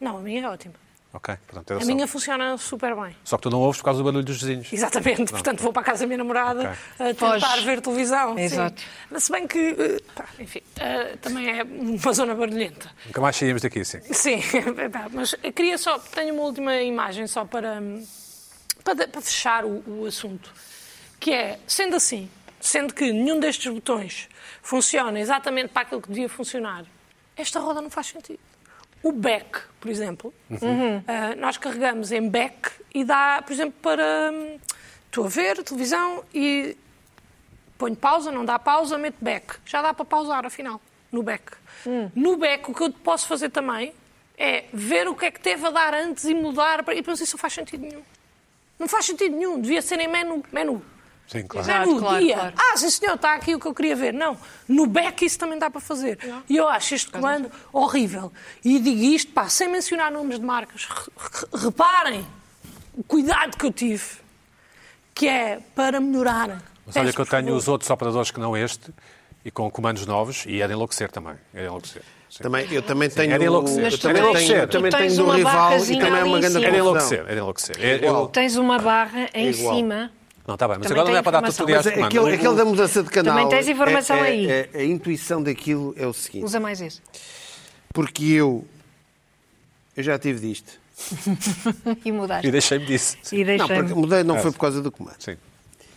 Speaker 5: Não, a minha é ótima.
Speaker 1: Ok, portanto, era
Speaker 5: A
Speaker 1: só.
Speaker 5: minha funciona super bem.
Speaker 1: Só que tu não ouves por causa do barulho dos vizinhos.
Speaker 5: Exatamente, portanto vou para a casa da minha namorada a tentar
Speaker 6: Foge.
Speaker 5: ver televisão. sim.
Speaker 6: Exato.
Speaker 5: Mas se bem que, eh, pá, enfim, eh, também é uma zona barulhenta.
Speaker 1: Nunca mais saímos daqui, sim.
Speaker 5: Sim, (laughs) é verdade. Mas eu queria só. Tenho uma última imagem só para, para, para fechar o, o assunto. Que é, sendo assim, sendo que nenhum destes botões funciona exatamente para aquilo que devia funcionar, esta roda não faz sentido. O back, por exemplo, ah, nós carregamos em back e dá, por exemplo, para. hum, Estou a ver televisão e Ponho pausa, não dá pausa, meto back. Já dá para pausar, afinal, no back.
Speaker 6: Hum.
Speaker 5: No back, o que eu posso fazer também é ver o que é que teve a dar antes e mudar. para- E penso, isso não faz sentido nenhum. Não faz sentido nenhum. Devia ser em menu. Menu.
Speaker 1: Sim, claro.
Speaker 6: Exato,
Speaker 5: menu,
Speaker 6: claro,
Speaker 5: dia.
Speaker 6: claro.
Speaker 5: Ah, sim senhor, está aqui o que eu queria ver. Não. No back isso também dá para fazer. E eu acho este comando horrível. E digo isto, pá, sem mencionar nomes de marcas. Re- re- Reparem o cuidado que eu tive, que é para melhorar.
Speaker 1: Mas olha
Speaker 5: Peço,
Speaker 1: que eu
Speaker 5: por
Speaker 1: tenho
Speaker 5: favor.
Speaker 1: os outros operadores que não este, e com comandos novos, e era enlouquecer também. Era enlouquecer. Sim.
Speaker 2: Também, eu também tenho.
Speaker 1: Era enlouquecer.
Speaker 2: Eu
Speaker 1: Mas tu
Speaker 2: também
Speaker 1: tens-
Speaker 2: tenho, eu
Speaker 1: tu
Speaker 2: também
Speaker 6: tens
Speaker 2: tenho do
Speaker 6: uma
Speaker 2: rival e
Speaker 6: barrazinha
Speaker 2: também é
Speaker 6: ali
Speaker 2: uma
Speaker 6: em
Speaker 2: grande
Speaker 6: cima.
Speaker 1: Era
Speaker 2: confusão.
Speaker 1: enlouquecer, era enlouquecer. Eu-
Speaker 2: igual.
Speaker 6: Tens uma barra em
Speaker 2: É igual.
Speaker 6: cima.
Speaker 1: Não, está bem, mas
Speaker 6: Também
Speaker 1: agora não
Speaker 6: tem
Speaker 1: é para dar
Speaker 6: informação.
Speaker 1: tutoriais
Speaker 2: Mas
Speaker 1: de
Speaker 2: é
Speaker 1: comando.
Speaker 2: aquele, aquele da mudança de canal.
Speaker 6: Também tens informação
Speaker 2: é- é-
Speaker 6: aí.
Speaker 2: é- a intuição daquilo é o seguinte.
Speaker 6: Usa mais esse.
Speaker 2: Porque eu. Eu já tive disto.
Speaker 6: E mudar.
Speaker 1: E deixei-me disso.
Speaker 6: E
Speaker 2: Não, porque
Speaker 6: deixa-me.
Speaker 2: mudei, não foi por causa do comando.
Speaker 1: Sim.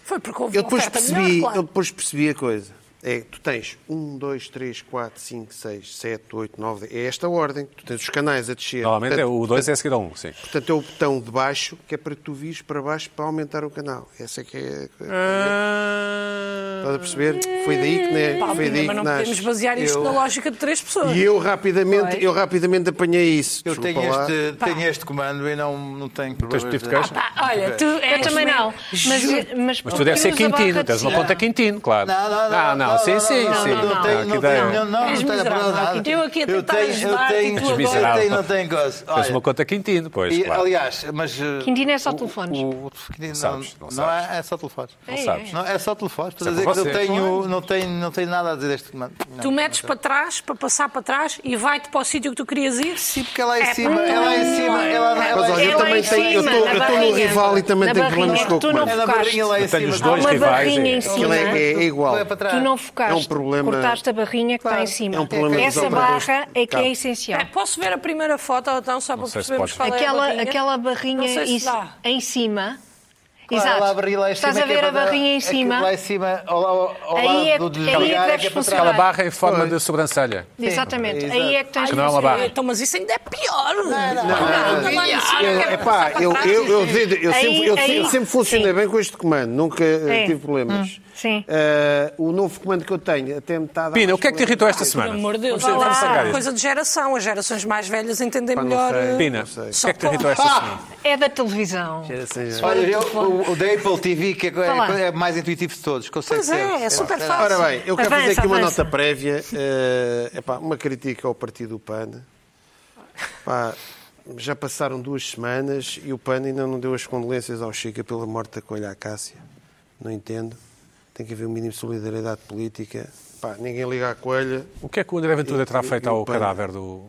Speaker 5: Foi porque houve
Speaker 2: Eu depois
Speaker 5: uma oferta
Speaker 2: percebi,
Speaker 5: melhor, claro.
Speaker 2: eu depois percebi a coisa. É, tu tens 1, 2, 3, 4, 5, 6, 7, 8, 9, É esta a ordem. Tu tens os canais a descer.
Speaker 1: Normalmente é
Speaker 2: Portanto,
Speaker 1: o 2 é a seguir ao 1, um, sim.
Speaker 2: Portanto, é o botão de baixo que é para tu vires para baixo para aumentar o canal. Essa é que é. a coisa.
Speaker 1: Ah.
Speaker 2: Estás a perceber? Foi daí que, né,
Speaker 5: Pá,
Speaker 2: foi daí
Speaker 5: mas
Speaker 2: que
Speaker 5: não
Speaker 2: nasce.
Speaker 5: podemos basear isto
Speaker 2: Eu-
Speaker 5: na lógica de três pessoas.
Speaker 2: E eu rapidamente, eu rapidamente apanhei isso.
Speaker 4: Eu
Speaker 2: Desculpa
Speaker 4: tenho
Speaker 2: lá.
Speaker 4: este, tenho este comando e não, não tenho
Speaker 1: Tens
Speaker 4: problemas.
Speaker 1: pedido de
Speaker 4: de-
Speaker 1: queixa?
Speaker 5: Pá, Ah, olha, tu é
Speaker 6: Eu
Speaker 5: és
Speaker 6: também não. Mas, mas,
Speaker 1: Mas tu deve ser
Speaker 6: porque usa barra
Speaker 1: Quintino,
Speaker 6: de
Speaker 1: tens uma
Speaker 6: cima.
Speaker 1: conta Quintino, claro.
Speaker 4: Não, não, não.
Speaker 1: Ah, não, sim, sim,
Speaker 4: não,
Speaker 1: sim. Ah,
Speaker 4: Não, não, tenho,
Speaker 1: que
Speaker 4: não
Speaker 1: ideia.
Speaker 4: tenho, não, não,
Speaker 5: És
Speaker 4: não tenho
Speaker 5: miserável,
Speaker 4: nada.
Speaker 5: aqui. Eu aqui a tentar
Speaker 4: eu
Speaker 5: ajudar-te e
Speaker 4: tenho,
Speaker 5: tu
Speaker 4: eu tenho,
Speaker 1: agora-
Speaker 4: eu tenho, não tenho
Speaker 1: Tens
Speaker 4: coisa. Olha,
Speaker 1: uma conta Quintino, pois,
Speaker 4: e,
Speaker 1: claro.
Speaker 4: aliás, mas... eh,
Speaker 6: Quintino é só telefones.
Speaker 4: O, o, Quintino
Speaker 1: Sabes, não
Speaker 4: não, não
Speaker 1: sabes.
Speaker 4: é, é só telefones.
Speaker 1: não sabes.
Speaker 4: Não, é só telefones. Estou a
Speaker 1: Isso é para
Speaker 4: dizer que eu
Speaker 1: vocês.
Speaker 4: tenho, não, tenho, não tenho nada a dizer deste comando. Não.
Speaker 5: Tu metes
Speaker 2: então.
Speaker 5: para trás, para passar para trás e vai-te para o sítio que tu querias ir.
Speaker 4: Sim, porque ela é em
Speaker 5: É
Speaker 4: cima,
Speaker 5: para-
Speaker 4: ela é em cima, ela
Speaker 2: Mas olha, eu
Speaker 6: Ela é
Speaker 2: também
Speaker 6: em
Speaker 2: tenho. Eu
Speaker 6: cima,
Speaker 2: estou-
Speaker 6: na
Speaker 2: eu estou no
Speaker 6: barrinha.
Speaker 2: rival e também
Speaker 6: Na
Speaker 2: tenho problemas
Speaker 6: barrinha.
Speaker 2: com o
Speaker 6: Tu não
Speaker 2: comando. um
Speaker 4: é na barrinha lá em
Speaker 1: Eu tenho
Speaker 4: cima. tá?
Speaker 1: os
Speaker 6: Há
Speaker 1: dois
Speaker 6: uma
Speaker 1: rivais,
Speaker 6: barrinha
Speaker 1: é.
Speaker 6: em
Speaker 2: Aquilo
Speaker 6: cima.
Speaker 2: é, é-
Speaker 5: né?
Speaker 2: é igual.
Speaker 4: Vai para trás.
Speaker 6: Tu não focaste,
Speaker 2: É um problema-
Speaker 6: cortaste a barrinha que está em cima.
Speaker 2: é um problema
Speaker 6: Essa
Speaker 2: dos operadores.
Speaker 6: barra é que
Speaker 2: Claro.
Speaker 6: é essencial.
Speaker 5: É, posso ver a primeira foto, então, só para
Speaker 1: sei se
Speaker 5: percebermos
Speaker 1: podes.
Speaker 5: qual
Speaker 6: aquela,
Speaker 5: é a barrinha?
Speaker 6: aquela
Speaker 5: Não
Speaker 6: barrinha
Speaker 5: sei se
Speaker 6: em, ci-
Speaker 5: dá.
Speaker 6: em cima.
Speaker 2: é
Speaker 4: Claro,
Speaker 6: Exato.
Speaker 4: lá a barrinha lá em
Speaker 6: Estás
Speaker 4: cima,
Speaker 6: a
Speaker 4: que é
Speaker 6: ver a
Speaker 4: para dar-
Speaker 6: barrinha em
Speaker 4: aquilo
Speaker 6: cima.
Speaker 4: Lá em cima, ao, ao, ao
Speaker 6: Aí
Speaker 4: lado
Speaker 6: é-
Speaker 4: do de
Speaker 6: aí é que
Speaker 4: ligar,
Speaker 6: deves
Speaker 4: é para
Speaker 6: funcionar.
Speaker 4: trás.
Speaker 1: Aquela barra em forma de sobrancelha.
Speaker 6: Exatamente.
Speaker 4: Exato.
Speaker 6: Aí é que tens
Speaker 1: Que não é uma
Speaker 6: que-
Speaker 1: barra.
Speaker 5: Então, mas isso ainda é pior.
Speaker 2: Ah,
Speaker 5: não, não,
Speaker 2: isso,
Speaker 5: não,
Speaker 2: eu-
Speaker 5: não, não,
Speaker 2: epá,
Speaker 5: não,
Speaker 2: eu,
Speaker 5: não,
Speaker 2: eu, eu, dedo- eu
Speaker 6: Aí-
Speaker 2: sempre, eu
Speaker 6: aí-
Speaker 2: sempre- sempre funcionei bem com este comando, nunca eh,
Speaker 6: É.
Speaker 2: tive problemas.
Speaker 6: Sim.
Speaker 2: Ah, o novo comando que eu tenho até me está a dar
Speaker 1: Pina,
Speaker 2: mais
Speaker 1: o que é que te
Speaker 2: problemas.
Speaker 1: irritou esta
Speaker 5: Pelo
Speaker 1: semana?
Speaker 5: amor de Deus,
Speaker 1: Vamos- vamos
Speaker 5: isso é
Speaker 1: sacar
Speaker 5: uma
Speaker 1: isto.
Speaker 5: coisa de geração. As gerações mais velhas entendem
Speaker 2: não
Speaker 5: melhor.
Speaker 2: sei.
Speaker 5: eh,
Speaker 1: Pina, o
Speaker 2: sei.
Speaker 1: que é que te irritou esta semana?
Speaker 6: É da televisão.
Speaker 4: Olha, eu, o, o da Apple TV, que é,
Speaker 6: lá.
Speaker 4: é mais intuitivo de todos, consegue
Speaker 5: Pois é,
Speaker 4: sempre.
Speaker 5: é super
Speaker 2: Ora
Speaker 5: fácil.
Speaker 2: bem, eu quero fazer
Speaker 6: Avança,
Speaker 2: aqui uma
Speaker 6: avança.
Speaker 2: nota prévia. eh, epá, uma crítica ao partido do PAN. Pá, já passaram duas semanas e o PAN ainda não deu as condolências ao Chica pela morte da Coelha Acácia. Não entendo. Tem que haver um mínimo de solidariedade política. Pá, ninguém liga à Coelha.
Speaker 1: O que é que o André Ventura terá
Speaker 2: E-
Speaker 1: feito
Speaker 2: e o
Speaker 1: ao
Speaker 2: pano?
Speaker 1: cadáver do.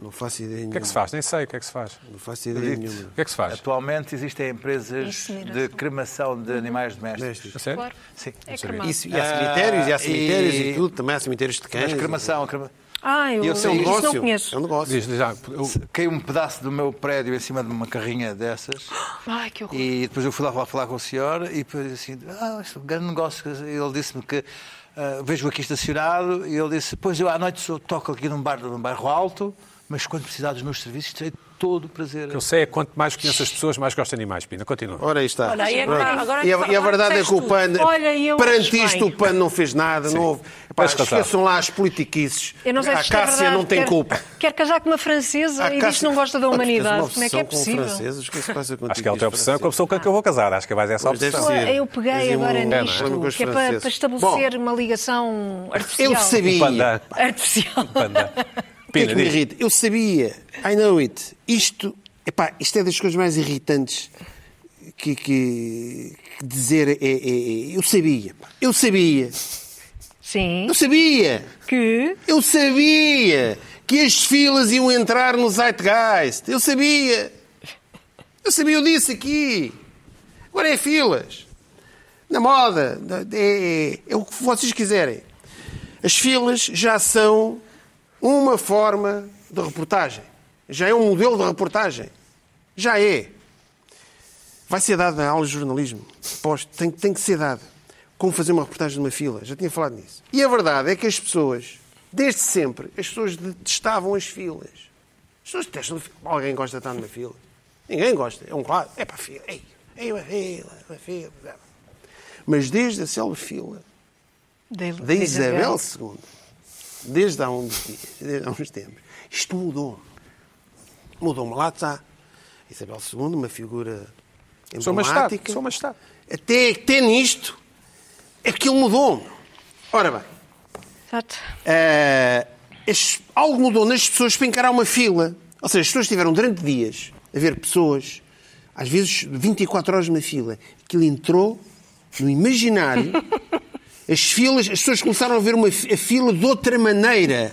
Speaker 2: Não faço ideia
Speaker 1: O
Speaker 2: nenhuma.
Speaker 1: que é que se faz? Nem sei o que é que se faz. O
Speaker 2: Não faço ideia nenhuma.
Speaker 1: que é que se faz?
Speaker 4: Atualmente existem empresas de cremação
Speaker 6: Uhum.
Speaker 4: de animais domésticos.
Speaker 1: A sério?
Speaker 4: Sim.
Speaker 6: É cremado.
Speaker 2: Isso, e há cemitérios, e há cemitérios e,
Speaker 4: e
Speaker 2: tudo, também há cemitérios de cães.
Speaker 4: Mas cremação, crema...
Speaker 6: Ah, eu,
Speaker 4: Eu sei,
Speaker 2: É um
Speaker 4: Isso
Speaker 2: negócio.
Speaker 6: isso não conheço.
Speaker 2: É um negócio.
Speaker 1: Diz, diz já. Eu-
Speaker 4: caiu um pedaço do meu prédio em cima de uma carrinha dessas.
Speaker 6: Ai, que horror.
Speaker 4: E depois eu fui lá falar, falar com o senhor e depois assim, ah, isto é um grande negócio. Ele disse-me que ah, vejo aqui estacionado e ele disse, pois eu à noite sou, toco aqui num bar num bairro alto, mas quando precisar dos meus serviços, terei todo o prazer.
Speaker 1: Eu sei é quanto mais conheço as pessoas, mais gosto de animais, Pina. Continua.
Speaker 2: Ora, aí está.
Speaker 5: Olha, aí é que
Speaker 2: Pronto.
Speaker 5: tá, agora
Speaker 2: e, a,
Speaker 5: tu-
Speaker 2: e a verdade é que o
Speaker 5: disseste
Speaker 2: PAN,
Speaker 5: tudo. Olha, e eu
Speaker 2: perante
Speaker 5: desvenho.
Speaker 2: isto, o PAN não fez nada. Não houve... Epá,
Speaker 1: Tens razão.
Speaker 2: esqueçam lá as politiquices.
Speaker 6: Eu não sei se
Speaker 2: a
Speaker 6: isto é
Speaker 2: Cássia
Speaker 6: verdade.
Speaker 2: não tem
Speaker 6: Quer-
Speaker 2: culpa.
Speaker 6: Quer casar com uma francesa
Speaker 2: A
Speaker 6: e diz
Speaker 2: Cássia-
Speaker 6: que não gosta da
Speaker 2: Pô, tu tens
Speaker 6: humanidade.
Speaker 2: uma
Speaker 6: Como é que
Speaker 2: obsessão
Speaker 6: é
Speaker 2: com
Speaker 6: possível?
Speaker 2: franceses? O que é que se passa contigo
Speaker 1: Acho que é
Speaker 2: e os
Speaker 1: outra opção, com a
Speaker 2: franceses?
Speaker 1: pessoa com quem eu vou casar. Acho que vai ser essa
Speaker 2: Mas deve
Speaker 1: opção.
Speaker 2: ser.
Speaker 6: Pô, Eu peguei
Speaker 2: Dizem
Speaker 6: agora
Speaker 2: um-
Speaker 6: nisto,
Speaker 2: Problema com os
Speaker 6: que é para,
Speaker 2: franceses.
Speaker 6: para estabelecer uma ligação artificial.
Speaker 2: Eu sabia.
Speaker 1: Panda.
Speaker 5: É
Speaker 6: Artificial. (laughs)
Speaker 1: Panda.
Speaker 2: O que é que
Speaker 1: Pina,
Speaker 2: me
Speaker 1: diz.
Speaker 2: irrita? Eu sabia. I know it. Isto, epá, isto é das coisas mais irritantes que, que- que dizer. é- é- é- eu sabia. pá. Eu sabia.
Speaker 6: Sim.
Speaker 2: Eu sabia.
Speaker 6: Que.
Speaker 2: Eu sabia que as filas iam entrar no Zeitgeist. Eu sabia. Eu sabia, eu disse aqui. Agora é filas. Na moda. na- É, é- é o que vocês quiserem. As filas já são uma forma de reportagem. Já é um modelo de reportagem. Já é. Vai ser dado na aula de jornalismo. Aposto. Tem, tem que ser dado. Como fazer uma reportagem numa fila. Já tinha falado nisso. E a verdade é que as pessoas, desde sempre, as pessoas detestavam as filas. As pessoas detestam. Alguém gosta de estar numa fila. Ninguém gosta. É um quadro. É para a fila. Ei, ei, uma fila, é uma fila. Mas desde a célebre fila da Isabel II, desde há uns, dias, desde há uns tempos, isto mudou. Mudou-me lá, está. Isabel II, uma figura
Speaker 1: Sou majestade.
Speaker 2: emblemática.
Speaker 1: Sou majestade.
Speaker 2: Até, até nisto, é aquilo mudou. Ora bem,
Speaker 6: Exato.
Speaker 2: eh, as- algo mudou nas pessoas para encarar uma fila. Ou seja, as pessoas estiveram durante dias a ver pessoas, às vezes 24 horas na fila. Aquilo entrou no imaginário. As filas, as pessoas começaram a ver uma, fi- a fila de outra maneira.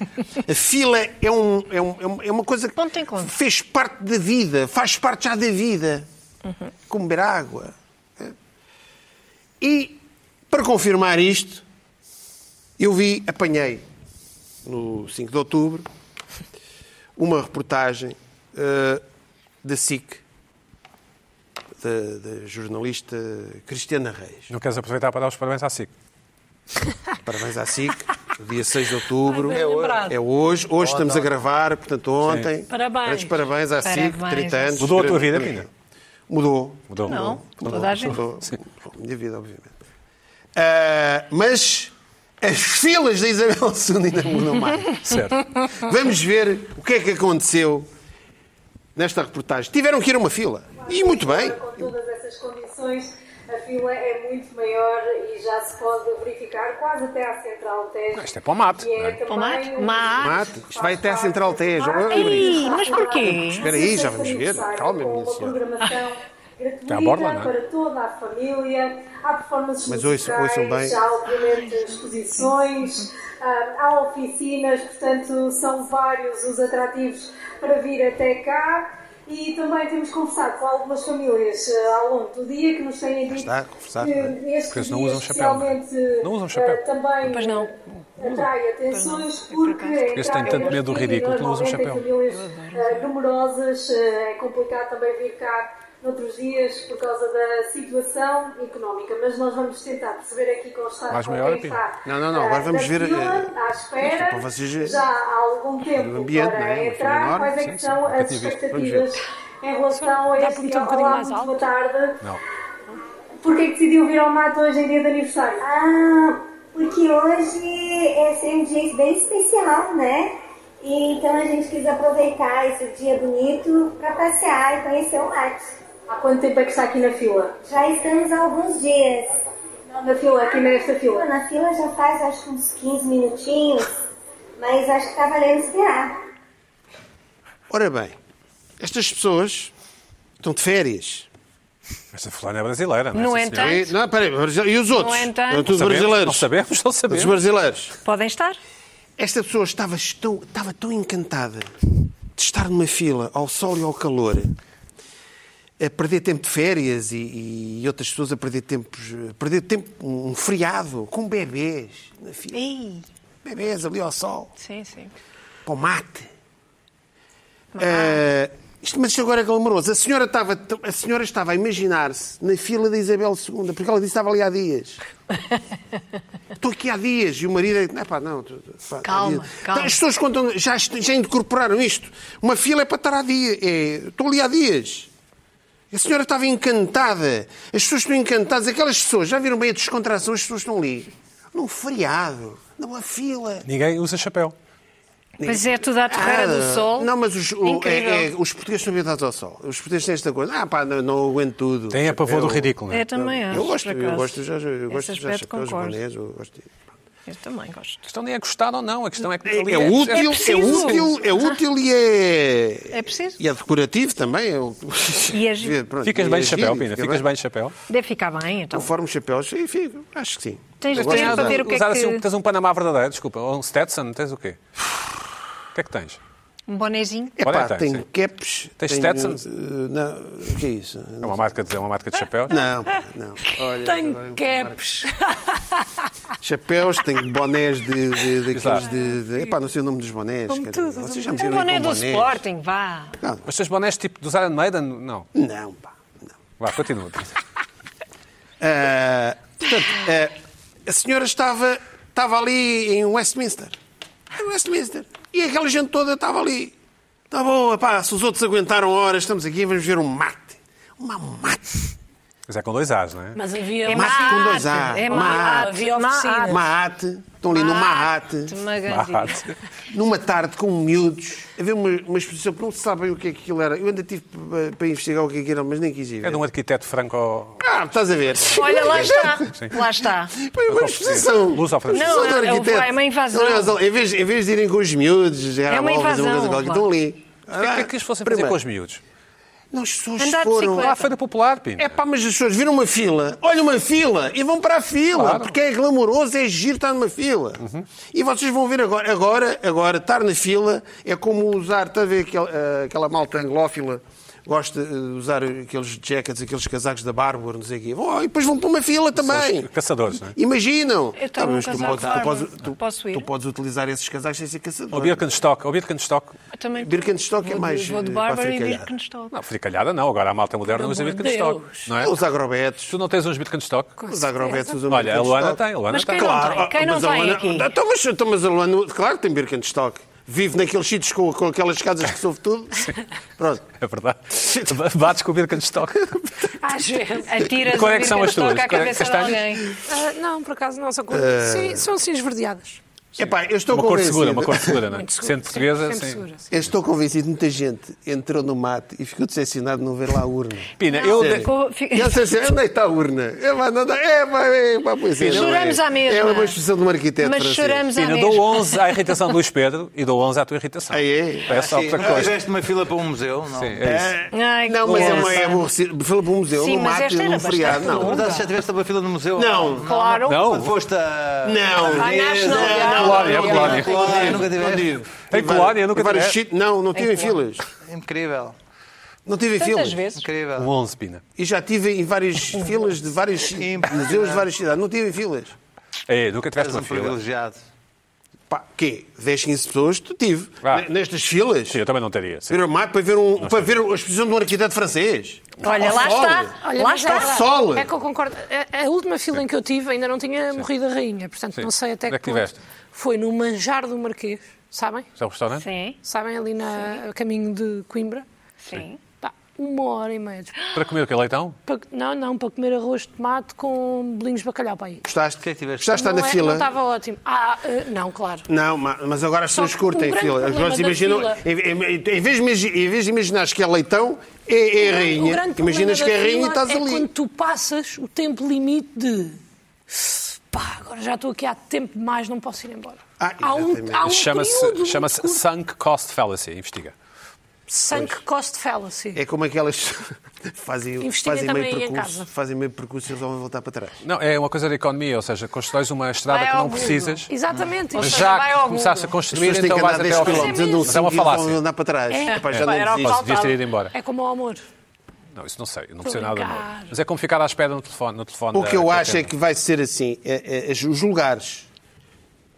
Speaker 2: A fila é, um, é, um- é um- é uma coisa que
Speaker 6: Ponto de encontro.
Speaker 2: fez parte da vida, faz parte já da vida. Como beber água. É. E, para confirmar isto, eu vi, apanhei, no 5 de outubro, uma reportagem eh, da SIC, da, da jornalista Cristiana Reis.
Speaker 1: Não queres aproveitar para dar os parabéns à SIC?
Speaker 2: Parabéns à SIC, no dia 6 de outubro.
Speaker 5: Ai, bem lembrado.
Speaker 2: É hoje. Hoje estamos a gravar, portanto, ontem.
Speaker 5: Parabéns.
Speaker 2: Grandes Parabéns à SIC,
Speaker 6: Parabéns
Speaker 2: 30
Speaker 6: à
Speaker 2: anos.
Speaker 1: Mudou a tua vida,
Speaker 2: Grande-
Speaker 1: Pina?
Speaker 2: Mudou.
Speaker 1: Mudou.
Speaker 6: Não, toda a gente.
Speaker 2: Mudou. a minha vida, obviamente. Ah, mas as filas da Isabel (laughs) II ainda mudam mais.
Speaker 1: Certo.
Speaker 2: Vamos ver o que é que aconteceu nesta reportagem. Tiveram que ir a uma fila. E muito bem.
Speaker 7: Com todas essas condições, a fila é muito maior e já se pode verificar quase até à Central Tejo.
Speaker 1: Isto é para o mate,
Speaker 7: que
Speaker 1: não é?
Speaker 7: também
Speaker 6: Para o mate?
Speaker 7: um-
Speaker 6: Mate.
Speaker 2: Mate, isto vai até à Central Tejo. Olha,
Speaker 6: Ei, mas porquê?
Speaker 2: Espera aí, já vamos ver.
Speaker 7: Aniversário
Speaker 2: Calma,
Speaker 7: com
Speaker 2: minha
Speaker 7: uma
Speaker 2: senhora.
Speaker 7: programação gratuita
Speaker 1: Tem a borla, não é?
Speaker 7: para toda a família. Há performances
Speaker 2: Mas ouçam-
Speaker 7: musicais,
Speaker 2: ouçam bem.
Speaker 7: há obviamente exposições, ah, há oficinas, portanto são vários os atrativos para vir até cá. E também temos conversado com algumas famílias ah, ao longo do dia que nos têm dito
Speaker 2: está, conversar,
Speaker 7: que
Speaker 2: não
Speaker 7: este
Speaker 1: Porque eles não
Speaker 7: dia
Speaker 1: usam chapéu, não é?
Speaker 7: especialmente,
Speaker 1: Não usam chapéu.
Speaker 7: ah, também
Speaker 6: Pois não.
Speaker 7: atrai
Speaker 6: É
Speaker 7: atenções porque...
Speaker 1: Eles têm tanto medo do ridículo que não usam chapéu.
Speaker 7: famílias eh, numerosas, eh, é complicado também vir cá noutros dias por causa da situação económica, mas nós vamos tentar perceber aqui com o Estado
Speaker 1: Mais
Speaker 7: com
Speaker 1: maior,
Speaker 7: quem
Speaker 1: Pina?
Speaker 7: está,
Speaker 2: Não, não, não,
Speaker 7: eh,
Speaker 2: agora vamos
Speaker 7: na
Speaker 2: ver, eh,
Speaker 7: fila, à
Speaker 2: isto é
Speaker 7: espera,
Speaker 2: para vocês-
Speaker 7: já há algum tempo
Speaker 2: ambiente,
Speaker 7: para
Speaker 2: não é? Uma fila
Speaker 7: entrar,
Speaker 2: enorme,
Speaker 7: quais é
Speaker 1: sim,
Speaker 7: que
Speaker 1: sim,
Speaker 7: são
Speaker 1: nunca
Speaker 7: as
Speaker 1: tinha visto.
Speaker 7: expectativas em relação a
Speaker 5: Dá
Speaker 7: este
Speaker 5: para meter um
Speaker 7: dia?
Speaker 5: bocadinho
Speaker 7: Olá,
Speaker 5: mais
Speaker 7: muito
Speaker 5: alto?
Speaker 7: boa tarde.
Speaker 1: Não.
Speaker 7: Porquê é que decidiu vir ao mato hoje em dia de aniversário?
Speaker 8: Ah, porque hoje é ser um dia bem especial, né? E então a gente quis aproveitar esse dia bonito para passear e conhecer o mate.
Speaker 7: Há quanto tempo é que está aqui na fila?
Speaker 8: Já estamos há alguns dias.
Speaker 7: Não, na fila, aqui nesta
Speaker 8: Pô,
Speaker 7: fila.
Speaker 8: Na fila já faz acho uns 15 minutinhos, mas acho que tá valendo esperar.
Speaker 2: Ora bem, estas pessoas estão de férias.
Speaker 1: Esta fulana é brasileira, não é?
Speaker 6: No
Speaker 1: esta
Speaker 6: entanto-
Speaker 1: senhora?
Speaker 2: E, não, peraí, e os outros?
Speaker 6: No entanto-
Speaker 2: Não,
Speaker 1: Não
Speaker 2: todos
Speaker 1: sabemos,
Speaker 2: brasileiros.
Speaker 1: Não sabemos, não
Speaker 2: Todos
Speaker 1: sabemos.
Speaker 2: brasileiros.
Speaker 6: Podem estar.
Speaker 2: Esta pessoa estava tão, estava tão encantada de estar numa fila ao sol e ao calor, a perder tempo de férias e, e outras pessoas a perder tempos, a perder tempo, um feriado, com bebês na fila.
Speaker 6: Ei.
Speaker 2: Bebês ali ao sol,
Speaker 6: Sim, sim.
Speaker 2: para o mate. Eh, Isto, mas isto agora é glamouroso. A senhora estava, t- a senhora estava a imaginar-se na fila da Isabel II, porque ela disse que estava ali há
Speaker 6: (laughs)
Speaker 2: dias. Estou aqui há dias e o marido. é- Epá, não, tu- tu- pá, há
Speaker 6: Calma,
Speaker 2: dias. Então,
Speaker 6: calma.
Speaker 2: As pessoas contam, já, est- já incorporaram isto. Uma fila é para estar há dias. É, estou ali há dias. A senhora estava encantada. As pessoas estão encantadas. Aquelas pessoas, já viram bem a descontração? As pessoas estão ali. Num feriado, numa fila.
Speaker 1: Ninguém usa chapéu.
Speaker 6: Pois é, tudo à Torreira do Sol.
Speaker 2: Ah, Não, mas os, o-
Speaker 6: Incrível.
Speaker 2: é- é- os portugueses são habituados ao sol. Os portugueses têm esta coisa. Ah, pá, não, não aguento tudo.
Speaker 1: Tem a pavor do
Speaker 2: Chapéu.
Speaker 1: ridículo. não é?
Speaker 6: Eu também acho.
Speaker 2: Eu gosto,
Speaker 6: por
Speaker 2: eu
Speaker 6: acaso.
Speaker 2: gosto já, eu
Speaker 6: Esse
Speaker 2: gosto já
Speaker 6: aspecto
Speaker 2: chapéus
Speaker 6: concordo.
Speaker 2: bonés, eu gosto de-
Speaker 6: Eu também gosto.
Speaker 1: A questão nem é gostar ou não, a questão é que ali
Speaker 2: É útil, é,
Speaker 6: preciso.
Speaker 2: útil, é útil e é.
Speaker 6: É preciso.
Speaker 2: E é decorativo também. É... o-
Speaker 6: E é giro.
Speaker 2: Pronto,
Speaker 1: Ficas
Speaker 2: e
Speaker 1: bem
Speaker 2: é
Speaker 1: de chapéu,
Speaker 2: giro,
Speaker 1: Pina,
Speaker 2: fica
Speaker 1: ficas bem de chapéu.
Speaker 6: Deve ficar bem, então.
Speaker 2: Conforme os chapéus, sim, fico. Acho que sim.
Speaker 6: Tens
Speaker 2: Eu
Speaker 6: de
Speaker 2: gosto
Speaker 6: tempo
Speaker 2: de
Speaker 6: para ver o que é
Speaker 1: Usar assim,
Speaker 6: que...
Speaker 1: um- tens um Panamá verdadeiro, desculpa, ou um Stetson, tens o quê? O que é que tens?
Speaker 6: Um bonezinho.
Speaker 2: É
Speaker 1: Olha,
Speaker 2: pá,
Speaker 1: tem,
Speaker 2: tenho
Speaker 1: sim.
Speaker 2: caps.
Speaker 1: Tens
Speaker 2: tenho,
Speaker 1: Stetsons?
Speaker 2: eh, Não, o que é isso?
Speaker 1: É uma marca de, é uma marca de chapéus?
Speaker 2: Não, pá, não. Olha, agora-
Speaker 5: Tenho caps.
Speaker 2: Chapéus, tenho bonés de, de, daqueles
Speaker 1: Exato.
Speaker 2: de, de. Epá, não sei o nome dos bonés. cara. Vocês já me
Speaker 6: Um
Speaker 2: viram
Speaker 6: boné
Speaker 2: com
Speaker 6: do
Speaker 2: bonés?
Speaker 6: Sporting, vá.
Speaker 1: Mas tens bonés tipo dos Iron Maiden? Não.
Speaker 2: Não, pá. Não.
Speaker 1: Vá, continua.
Speaker 2: Ah, portanto, ah, a senhora estava, estava ali em Westminster. Em Westminster. E aquela gente toda estava ali. Está boa, pá, se os outros aguentaram horas, estamos aqui, vamos ver um mate. Uma mate.
Speaker 1: Mas é com dois A's, não é?
Speaker 5: Mas
Speaker 6: É
Speaker 5: havia uma-
Speaker 2: Mate com dois
Speaker 6: mate,
Speaker 2: A.
Speaker 6: é
Speaker 2: mate.
Speaker 5: havia
Speaker 6: Má-
Speaker 5: oficinas.
Speaker 2: Mate. Estão ali no mate.
Speaker 6: Uma
Speaker 1: Ah,
Speaker 6: grande...
Speaker 2: numa tarde com miúdos, havia uma, uma exposição que não se sabe bem o que é que aquilo era. Eu ainda tive para, para investigar o que é que era, mas nem quis ir.
Speaker 1: É de um arquiteto franco.
Speaker 2: Ah, estás a ver.
Speaker 6: Olha, lá está.
Speaker 1: Sim.
Speaker 6: Lá está.
Speaker 2: (laughs) Foi uma exposição.
Speaker 1: Luz ao francês.
Speaker 2: Exposição
Speaker 6: Não,
Speaker 2: do
Speaker 6: é- é o-
Speaker 2: arquiteto.
Speaker 6: é uma invasão.
Speaker 2: Não, eles- Em vez, em vez de irem com os miúdos, era
Speaker 6: É uma
Speaker 2: móveis,
Speaker 6: invasão,
Speaker 2: coisa qualquer, estão ali.
Speaker 1: O que é que- que eles fossem fazer
Speaker 2: Ah, Primeiro,
Speaker 1: com os miúdos?
Speaker 2: Não, as pessoas
Speaker 6: Andar de
Speaker 2: foram.
Speaker 1: Lá à
Speaker 6: bicicleta.
Speaker 1: Feira Popular, Pina.
Speaker 2: É pá, mas as pessoas viram uma fila, olha uma fila e vão para a fila,
Speaker 1: Claro. Uhum.
Speaker 2: porque é glamouroso, é giro estar numa fila. E vocês vão ver agora, agora, agora, estar na fila é como usar, está a ver aquela, ah, aquela malta anglófila gosta de usar aqueles jackets, aqueles casacos da Barbour, não sei o quê. Vão- e depois vão para uma fila também.
Speaker 1: os caçadores, não é?
Speaker 2: Imaginam.
Speaker 6: Eu tenho
Speaker 2: Tá,
Speaker 6: um
Speaker 2: mas tu
Speaker 6: casaco
Speaker 2: podes, tu,
Speaker 6: Barbour.
Speaker 2: podes, tu,
Speaker 6: Posso ir?
Speaker 2: tu podes utilizar esses casacos sem ser caçador.
Speaker 1: Ou Birkenstock. Ou Birkenstock.
Speaker 6: Eu também
Speaker 2: Birkenstock é
Speaker 6: vou de-
Speaker 2: mais,
Speaker 6: Vou de
Speaker 2: eh, para
Speaker 6: Bárbara e
Speaker 2: fricalhar.
Speaker 6: Birkenstock.
Speaker 1: Não, fricalhada não. Agora a malta moderna usa
Speaker 5: amor de
Speaker 1: Birkenstock.
Speaker 5: Deus.
Speaker 1: Não é?
Speaker 2: Os agrobetos.
Speaker 1: Tu não tens uns Birkenstock?
Speaker 2: Os agrobetos usam
Speaker 1: Olha, a Luana
Speaker 2: Birkenstock.
Speaker 1: tem. A Luana
Speaker 6: Mas
Speaker 1: tem.
Speaker 6: quem não tem?
Speaker 2: ah,
Speaker 6: Quem não
Speaker 2: mas a
Speaker 6: tem
Speaker 2: Luana-
Speaker 6: aqui?
Speaker 2: Então, mas, então, mas a Luana, claro que tem Birkenstock. Vive naqueles sítios com, com aquelas casas que soube tudo. Pronto.
Speaker 1: É verdade. Bates com o Birkenstock.
Speaker 2: (laughs)
Speaker 5: Às vezes.
Speaker 6: Atiras
Speaker 1: Qual é que são as
Speaker 6: Birkenstock
Speaker 1: tuas?
Speaker 6: à
Speaker 1: Qual é-
Speaker 6: cabeça de
Speaker 1: castanhas?
Speaker 6: alguém.
Speaker 5: Ah, não, por acaso não são cor...
Speaker 2: Eh,
Speaker 5: Sim, são assim esverdeadas.
Speaker 2: Epá, eu estou
Speaker 1: Uma cor
Speaker 2: convencido.
Speaker 1: segura, uma cor segura, não é?
Speaker 5: Muito seguro.
Speaker 1: Sendo portuguesa,
Speaker 5: Sempre
Speaker 1: sim.
Speaker 5: segura, sim.
Speaker 2: Eu estou convencido, muita gente entrou no mate e ficou decepcionado de não ver lá a urna.
Speaker 1: Pina, eu.
Speaker 2: Sério.
Speaker 6: ficou- fi-
Speaker 2: E eles dizem, onde é que está a urna? É, mas não dá- é, mas- é, mas, pois é, não é.
Speaker 6: Choramos à mesma.
Speaker 2: É uma expressão de um arquiteto
Speaker 6: (laughs) Mas
Speaker 2: francês.
Speaker 6: choramos à
Speaker 1: Pina, dou
Speaker 6: mesma.
Speaker 1: 11 à irritação do Luís Pedro e dou 11 à tua irritação.
Speaker 2: Ah, é?
Speaker 1: Peço só outra
Speaker 4: Não
Speaker 1: coisa.
Speaker 4: fizeste uma fila para um museu, não?
Speaker 1: Sim, é isso.
Speaker 6: Ai,
Speaker 2: Não, mas é, uma, é
Speaker 6: criança.
Speaker 2: aborrecido. Foi para um museu,
Speaker 6: Sim,
Speaker 2: no
Speaker 6: mas
Speaker 2: mate,
Speaker 6: esta era
Speaker 2: num feriado.
Speaker 6: bastante
Speaker 2: Não,
Speaker 6: longa.
Speaker 4: Mas já tiveste uma fila no museu?
Speaker 2: Não.
Speaker 6: Claro.
Speaker 4: Quando
Speaker 1: Não,
Speaker 4: foste a...
Speaker 2: não.
Speaker 6: Ah,
Speaker 1: É
Speaker 6: nacionalidade.
Speaker 2: não,
Speaker 1: Colónia,
Speaker 2: não,
Speaker 1: Colónia.
Speaker 2: não.
Speaker 4: Colónia, nunca tiveste.
Speaker 1: Em Colónia, nunca
Speaker 2: vários
Speaker 1: tiveste.
Speaker 2: sítios- Não, não tive em filas.
Speaker 4: Incrível,
Speaker 2: Não tive em
Speaker 6: Tantas
Speaker 2: filas.
Speaker 6: vezes.
Speaker 4: incrível.
Speaker 1: Um 11, Pina.
Speaker 2: E já tive em
Speaker 6: (laughs)
Speaker 2: várias filas de vários ci- museus de várias cidades. Não tive em filas.
Speaker 1: É, nunca tiveste
Speaker 4: És
Speaker 1: uma
Speaker 4: um
Speaker 1: fila.
Speaker 4: privilegiado.
Speaker 2: Pá, quê? 10, 15 pessoas, tu tive.
Speaker 1: Ah.
Speaker 2: N- Nestas filas.
Speaker 1: Sim, eu também não teria. sim.
Speaker 2: Ver o mapa para ver, um, para ver a exposição de um arquiteto francés.
Speaker 6: Olha,
Speaker 2: Ao
Speaker 6: lá
Speaker 2: sol.
Speaker 6: está. Lá
Speaker 5: mas
Speaker 6: está.
Speaker 2: Ao sol.
Speaker 5: É que eu concordo. A, a última fila em que eu tive ainda não tinha morrido a rainha, portanto
Speaker 1: Sim.
Speaker 5: não sei até
Speaker 1: Onde é
Speaker 5: que,
Speaker 1: que
Speaker 5: ponto.
Speaker 1: tiveste?
Speaker 5: Foi no Manjar do Marquês, sabem?
Speaker 1: Já o restaurante?
Speaker 6: Sim,
Speaker 5: Sabem ali na a caminho de Coimbra?
Speaker 6: sim.
Speaker 5: Pá, uma hora e meia. de-
Speaker 1: Para comer o que? Leitão?
Speaker 5: Para- não, não, para comer arroz de tomate com bolinhos de bacalhau para aí.
Speaker 2: Gostaste?
Speaker 4: O que é que tiveste?
Speaker 2: Gostaste de estar
Speaker 5: não
Speaker 2: na
Speaker 5: é-
Speaker 2: fila?
Speaker 5: Não estava ótimo. Ah, eh, não, claro.
Speaker 2: Não, ma- mas agora as
Speaker 5: Só
Speaker 2: pessoas
Speaker 5: que
Speaker 2: curtem
Speaker 5: o grande
Speaker 2: fila. As
Speaker 5: problema
Speaker 2: pessoas
Speaker 5: da
Speaker 2: imaginam,
Speaker 5: fila-
Speaker 2: em, em- em vez de, imagi- em vez de imaginares que é leitão, é, é
Speaker 5: O Um grande- o
Speaker 2: rainha.
Speaker 5: grande problema
Speaker 2: Imaginas
Speaker 5: da
Speaker 2: que é rainha e
Speaker 5: fila
Speaker 2: estás
Speaker 5: é
Speaker 2: ali.
Speaker 5: quando tu passas o tempo limite de... Pá, agora já estou aqui há tempo demais, não posso ir embora.
Speaker 2: Ah,
Speaker 5: há um,
Speaker 2: exatamente.
Speaker 5: há um
Speaker 1: Chama-se
Speaker 5: período
Speaker 1: chama
Speaker 5: muito curto.
Speaker 1: Sunk Cost Fallacy. Investiga.
Speaker 5: Sunk Cost Fallacy.
Speaker 2: É como aquelas (laughs) fazem,
Speaker 5: Investiga
Speaker 2: fazem
Speaker 5: também
Speaker 2: meio
Speaker 5: aí em
Speaker 2: percurso,
Speaker 5: casa.
Speaker 2: fazem meio percurso e resolvem voltar para trás.
Speaker 1: Não, é uma coisa da economia, ou seja, constróis uma estrada
Speaker 6: Vai
Speaker 1: que
Speaker 6: ao
Speaker 1: não
Speaker 6: Google.
Speaker 1: precisas.
Speaker 5: Exatamente. é
Speaker 1: Mas
Speaker 5: isto
Speaker 1: já
Speaker 6: vai
Speaker 1: que
Speaker 6: ao
Speaker 1: começaste a
Speaker 6: Google.
Speaker 2: As
Speaker 1: construir,
Speaker 2: pessoas têm
Speaker 1: então
Speaker 2: que
Speaker 1: vais
Speaker 2: andar 10
Speaker 1: até ao final.
Speaker 2: km, andam
Speaker 1: Mas é uma
Speaker 2: 5 e vão
Speaker 1: falácia.
Speaker 2: andar para trás.
Speaker 5: É.
Speaker 2: Epá,
Speaker 1: É.
Speaker 2: já não
Speaker 6: Era o
Speaker 2: desisto.
Speaker 1: Mas
Speaker 6: Faltava.
Speaker 1: devias ter ido embora.
Speaker 5: É como o amor.
Speaker 1: Não, isso não sei, eu não percebo nada.
Speaker 5: Estou a
Speaker 1: do
Speaker 5: brincar.
Speaker 1: amor. Mas é como ficar à espera no telefone. No telefone
Speaker 2: O
Speaker 1: da-
Speaker 2: que eu
Speaker 1: da
Speaker 2: acho é
Speaker 1: tenda.
Speaker 2: que vai ser assim: é, é, as- os lugares.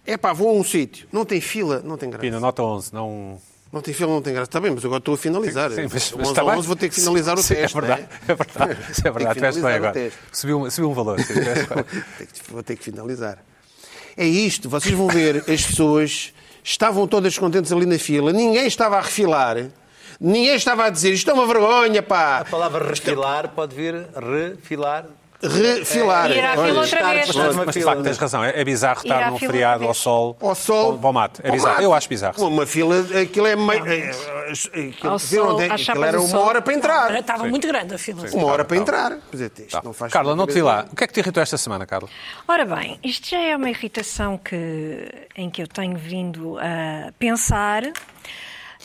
Speaker 2: É pá, vou a um sítio, não tem fila, não tem graça.
Speaker 1: Pina, nota 11, não
Speaker 2: Não tem filme, não tem graça. Está bem, mas agora estou a finalizar.
Speaker 1: Sim, mas,
Speaker 2: O
Speaker 1: mas
Speaker 2: 11
Speaker 1: está
Speaker 2: ao
Speaker 1: bem.
Speaker 2: 11 vou ter que finalizar o
Speaker 1: Sim,
Speaker 2: teste.
Speaker 1: É verdade,
Speaker 2: não
Speaker 1: é
Speaker 2: (laughs)
Speaker 1: verdade. Isso é verdade. Tiveste bem
Speaker 2: finalizar o
Speaker 1: agora.
Speaker 2: teste.
Speaker 1: Subiu, um- subiu um valor. sim, tiveste bem.
Speaker 2: Tem que- (laughs) Vou ter que finalizar. É isto, vocês vão ver, as pessoas estavam todas contentes ali na fila, ninguém estava a refilar, ninguém estava a dizer isto é uma vergonha, pá!
Speaker 9: A palavra refilar pode vir refilar.
Speaker 2: Refilar.
Speaker 4: É,
Speaker 3: E era a fila
Speaker 2: Olha,
Speaker 3: outra vez.
Speaker 9: Estar
Speaker 1: Mas,
Speaker 9: numa
Speaker 1: mas de
Speaker 9: fila.
Speaker 1: facto tens razão. É, é bizarro
Speaker 3: Ir
Speaker 1: estar
Speaker 3: à
Speaker 1: num
Speaker 3: fila
Speaker 1: feriado
Speaker 3: outra
Speaker 1: ao
Speaker 3: vez.
Speaker 1: sol.
Speaker 2: né? Ao sol.
Speaker 1: Ao, ao mato. É
Speaker 2: ao
Speaker 1: bizarro.
Speaker 2: mato.
Speaker 1: Eu acho bizarro.
Speaker 2: Uma fila, aquilo é meio. eh, Aquilo,
Speaker 3: Ao
Speaker 2: viram
Speaker 3: sol,
Speaker 2: onde é-
Speaker 3: às
Speaker 2: aquilo
Speaker 3: chapas
Speaker 2: era
Speaker 3: do
Speaker 2: uma
Speaker 3: sol.
Speaker 2: hora para entrar.
Speaker 5: Agora Estava muito grande a fila.
Speaker 2: Uma hora para entrar. Quer dizer, isto
Speaker 1: Tá.
Speaker 2: não faz
Speaker 1: Carla, não te sei lá.
Speaker 2: sentido.
Speaker 1: O que é que te irritou esta semana, Carla?
Speaker 6: Ora bem, isto já é uma irritação que, em que eu tenho vindo a pensar.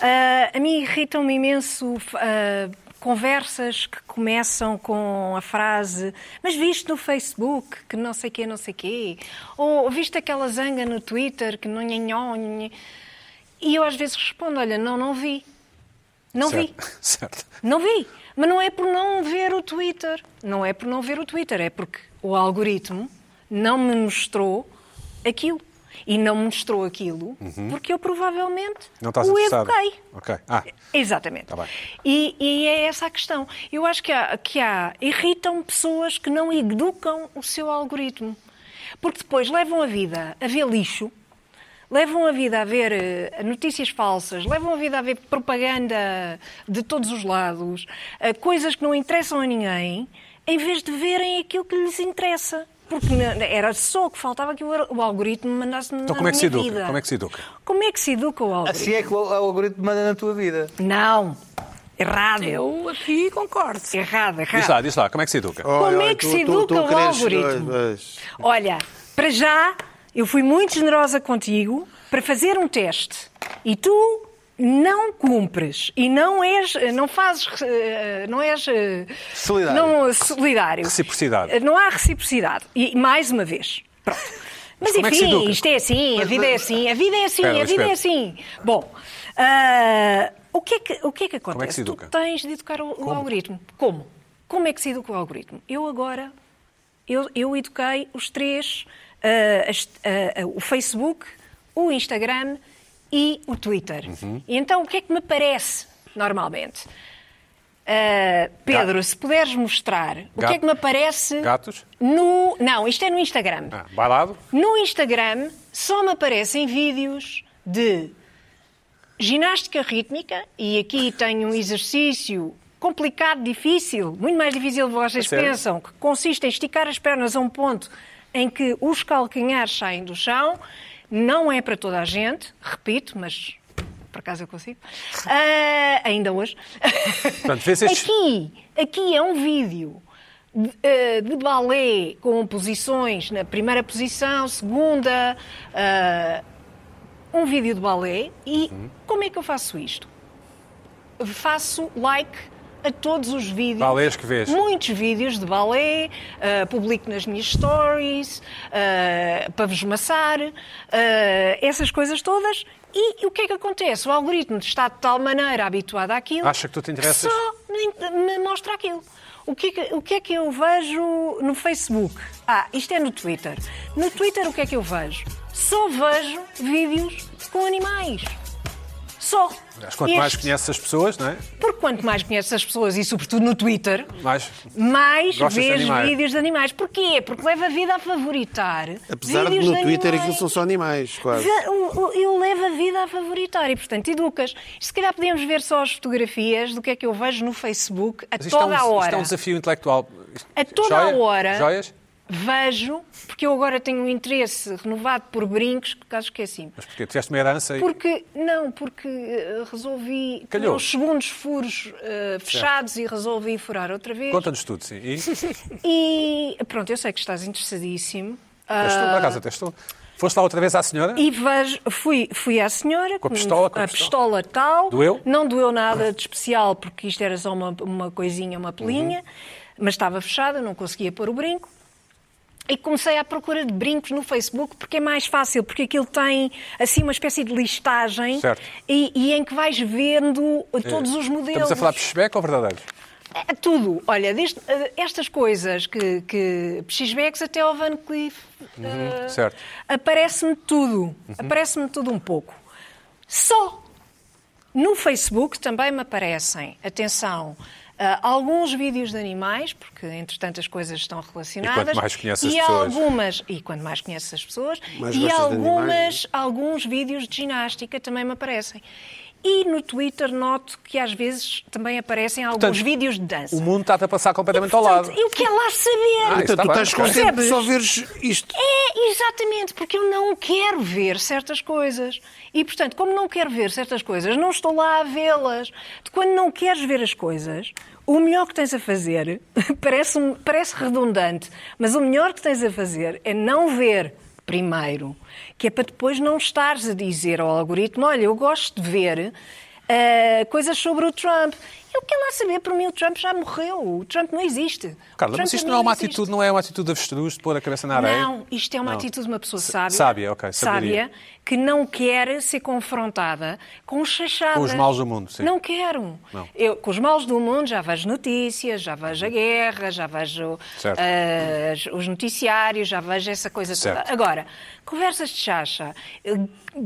Speaker 6: Ah, a mim irritam-me imenso ah, conversas que começam com a frase mas viste no Facebook que não sei quê, não sei quê, ou viste aquela zanga no Twitter que não nhanhó, nhanhé. E eu às vezes respondo, olha, não, não vi. Não vi.
Speaker 1: certo. (laughs) Certo.
Speaker 6: Não vi. Mas não é por não ver o Twitter. Não é por não ver o Twitter. É porque o algoritmo não me mostrou aquilo. E não me mostrou aquilo porque eu provavelmente
Speaker 1: Uhum. Não estás
Speaker 6: o
Speaker 1: interessado.
Speaker 6: eduquei.
Speaker 1: Ok. Ah,
Speaker 6: Exatamente.
Speaker 1: Tá bem.
Speaker 6: E, e é essa a questão. Eu acho que há, que há- irritam pessoas que não educam o seu algoritmo. Porque depois levam a vida a ver lixo, levam a vida a ver eh, notícias falsas, levam a vida a ver propaganda de todos os lados, eh, coisas que não interessam a ninguém, em vez de verem aquilo que lhes interessa. Porque na- era só o que faltava que o ar- o algoritmo mandasse na
Speaker 1: Então como é que se
Speaker 6: minha
Speaker 1: educa?
Speaker 6: vida.
Speaker 1: Como é que se educa?
Speaker 6: Como é que se educa o algoritmo?
Speaker 9: Assim é que o algoritmo manda na tua vida.
Speaker 6: Não. Errado.
Speaker 5: Eu aqui concordo.
Speaker 6: Errado,
Speaker 1: Diz lá,
Speaker 6: errado.
Speaker 1: diz lá. Como é que se educa?
Speaker 2: Olha,
Speaker 6: Como é
Speaker 2: olha,
Speaker 6: que
Speaker 2: tu-
Speaker 6: se
Speaker 2: tu- tu
Speaker 6: educa o
Speaker 2: queres- eh,
Speaker 6: algoritmo?
Speaker 2: Pois.
Speaker 6: Olha, para já, eu fui muito generosa contigo para fazer um teste e tu não cumpres e não és, não fazes, eh, não és eh,
Speaker 9: Solidário.
Speaker 6: não, solidário. Eh,
Speaker 1: Reciprocidade.
Speaker 6: Não há reciprocidade. E mais uma vez. Pronto. Mas,
Speaker 1: como é que se
Speaker 6: enfim,
Speaker 1: educa? eh,
Speaker 6: isto é assim, a vida é assim, a vida é assim,
Speaker 1: Espera,
Speaker 6: a vida
Speaker 1: espera.
Speaker 6: é assim. Bom, ah, o, que é que, o que é que acontece?
Speaker 1: Como é que se
Speaker 6: Tu
Speaker 1: educa?
Speaker 6: tens de educar o, o algoritmo. Como? Como é que se educa o algoritmo? Eu agora, eu, eu eduquei os três, ah, as- ah, ah, o Facebook, o Instagram e o Twitter.
Speaker 1: Uhum.
Speaker 6: E então, o que é que me parece, normalmente? Ah, Pedro, se puderes mostrar o que é
Speaker 1: Gato-
Speaker 6: que me aparece
Speaker 1: gatos?
Speaker 6: no... Não, isto é no Instagram.
Speaker 1: Ah, bailado?
Speaker 6: No Instagram só me aparecem vídeos de ginástica rítmica e aqui tenho um exercício complicado, difícil, muito mais difícil do que vocês
Speaker 1: sério?
Speaker 6: pensam, que consiste em esticar as pernas a um ponto em que os calcanhares saem do chão. Não é para toda a gente, repito, mas por acaso eu consigo. Ah, ainda hoje. (laughs)
Speaker 1: Portanto, vês estes-
Speaker 6: Aqui, aqui é um vídeo de, eh, de balé com posições na primeira posição, segunda, ah, um vídeo de balé e
Speaker 1: Uhum.
Speaker 6: como é que eu faço isto? Faço like a todos os vídeos.
Speaker 1: Balés que vês.
Speaker 6: Muitos vídeos de balé, ah, publico nas minhas stories, ah, para vos maçar, ah, essas coisas todas. E o que é que acontece? O algoritmo está de tal maneira habituado àquilo
Speaker 1: Acha que tu te interessas?
Speaker 6: só me, me mostra aquilo. O que, é que- o que é que eu vejo no Facebook? Ah, isto é no Twitter. No Twitter o que é que eu vejo? Só vejo vídeos com animais. Só.
Speaker 1: Mas Quanto mais
Speaker 6: Este-
Speaker 1: conheces as pessoas, não é?
Speaker 6: Porque quanto mais conheces as pessoas, e sobretudo no Twitter,
Speaker 1: Mais.
Speaker 6: mais
Speaker 1: Gostas de
Speaker 6: vês
Speaker 1: animais.
Speaker 6: vídeos de animais. Porquê? Porque leva a vida a favoritar.
Speaker 2: Apesar de
Speaker 6: vídeos
Speaker 2: no Twitter
Speaker 6: animais.
Speaker 2: aquilo são só animais, quase.
Speaker 6: Ve- o- o- Eu levo a vida a favoritar e, portanto, educas. Se calhar podemos ver só as fotografias do que é que eu vejo no Facebook a
Speaker 1: Mas isto,
Speaker 6: toda
Speaker 1: é
Speaker 6: a
Speaker 1: um,
Speaker 6: hora.
Speaker 1: isto é um desafio intelectual. Isto-
Speaker 6: A toda a
Speaker 1: Joia-
Speaker 6: hora.
Speaker 1: Joias?
Speaker 6: Vejo, porque eu agora tenho um interesse renovado por brincos, por causa que é assim.
Speaker 1: Mas porque tiveste uma herança e.
Speaker 6: Porque, não, porque eh, resolvi.
Speaker 1: Calhou.
Speaker 6: Os segundos furos eh, fechados e resolvi furar outra vez.
Speaker 1: Conta-nos tudo, sim.
Speaker 6: (laughs)
Speaker 1: E
Speaker 6: E pronto, eu sei que estás interessadíssimo. Ah,
Speaker 1: testou, por acaso, testou. Foste lá outra vez à senhora?
Speaker 6: E vejo, fui, fui à senhora
Speaker 1: Com a pistola, com a
Speaker 6: a pistola tal.
Speaker 1: Doeu?
Speaker 6: Não doeu nada de especial, porque isto era só uma, uma coisinha, uma pelinha,
Speaker 1: Uhum.
Speaker 6: mas estava fechada, não conseguia pôr o brinco. E comecei à procura de brincos no Facebook porque é mais fácil, porque aquilo tem assim uma espécie de listagem
Speaker 1: Certo. É.
Speaker 6: e, e em que vais vendo todos os modelos.
Speaker 1: Estamos a falar de pushback ou verdadeiros?
Speaker 6: É tudo. Olha, desde, eh, estas coisas que, que PXBX até ao Van Cleef. eh,
Speaker 1: certo. Uhum.
Speaker 6: Aparece-me tudo. Aparece-me tudo um pouco. Só No Facebook também me aparecem, atenção, ah, alguns vídeos de animais, porque entretanto as coisas estão relacionadas.
Speaker 1: E quanto mais conheces as
Speaker 6: e
Speaker 1: pessoas.
Speaker 6: algumas E quanto mais conheces as pessoas.
Speaker 2: Mais
Speaker 6: e
Speaker 2: gostas de
Speaker 6: algumas,
Speaker 2: animais,
Speaker 6: alguns vídeos de ginástica também me aparecem. E no Twitter noto que às vezes também aparecem alguns
Speaker 1: Portanto,
Speaker 6: vídeos de dança.
Speaker 1: O mundo está-te a passar completamente ao lado.
Speaker 6: Portanto, eu quero lá saber.
Speaker 1: Ah, isso
Speaker 2: Portanto,
Speaker 1: está
Speaker 2: Então, tu
Speaker 1: bem,
Speaker 2: estás
Speaker 1: ok.
Speaker 2: contente de
Speaker 6: Percebes?
Speaker 2: só veres isto.
Speaker 6: É, exatamente, porque eu não quero ver certas coisas. E, portanto, como não quero ver certas coisas, não estou lá a vê-las. Tu, Quando não queres ver as coisas, o melhor que tens a fazer, (laughs) parece, um- parece redundante, mas o melhor que tens a fazer é não ver primeiro, que é para depois não estares a dizer ao algoritmo: olha, eu gosto de ver. ah, coisas sobre o Trump. Eu quero lá saber, para mim o Trump já morreu. O Trump não existe.
Speaker 1: Carla,
Speaker 6: O Trump
Speaker 1: mas isto
Speaker 6: para
Speaker 1: não é
Speaker 6: mim
Speaker 1: uma
Speaker 6: existe.
Speaker 1: atitude, não é uma atitude de avestruz de pôr a cabeça na areia?
Speaker 6: Não, isto é uma
Speaker 1: Não.
Speaker 6: atitude de uma pessoa sábia.
Speaker 1: sábia, ok, sabedoria.
Speaker 6: Sábia, que não quer ser confrontada com chachadas.
Speaker 1: Com os maus do mundo, sim.
Speaker 6: Não quero.
Speaker 1: Não.
Speaker 6: Eu, com os maus do mundo já vejo notícias, já vejo a guerra, já vejo
Speaker 1: Certo.
Speaker 6: ah, as- os noticiários, já vejo essa coisa
Speaker 1: Certo.
Speaker 6: toda. Agora, conversas de chacha, eh,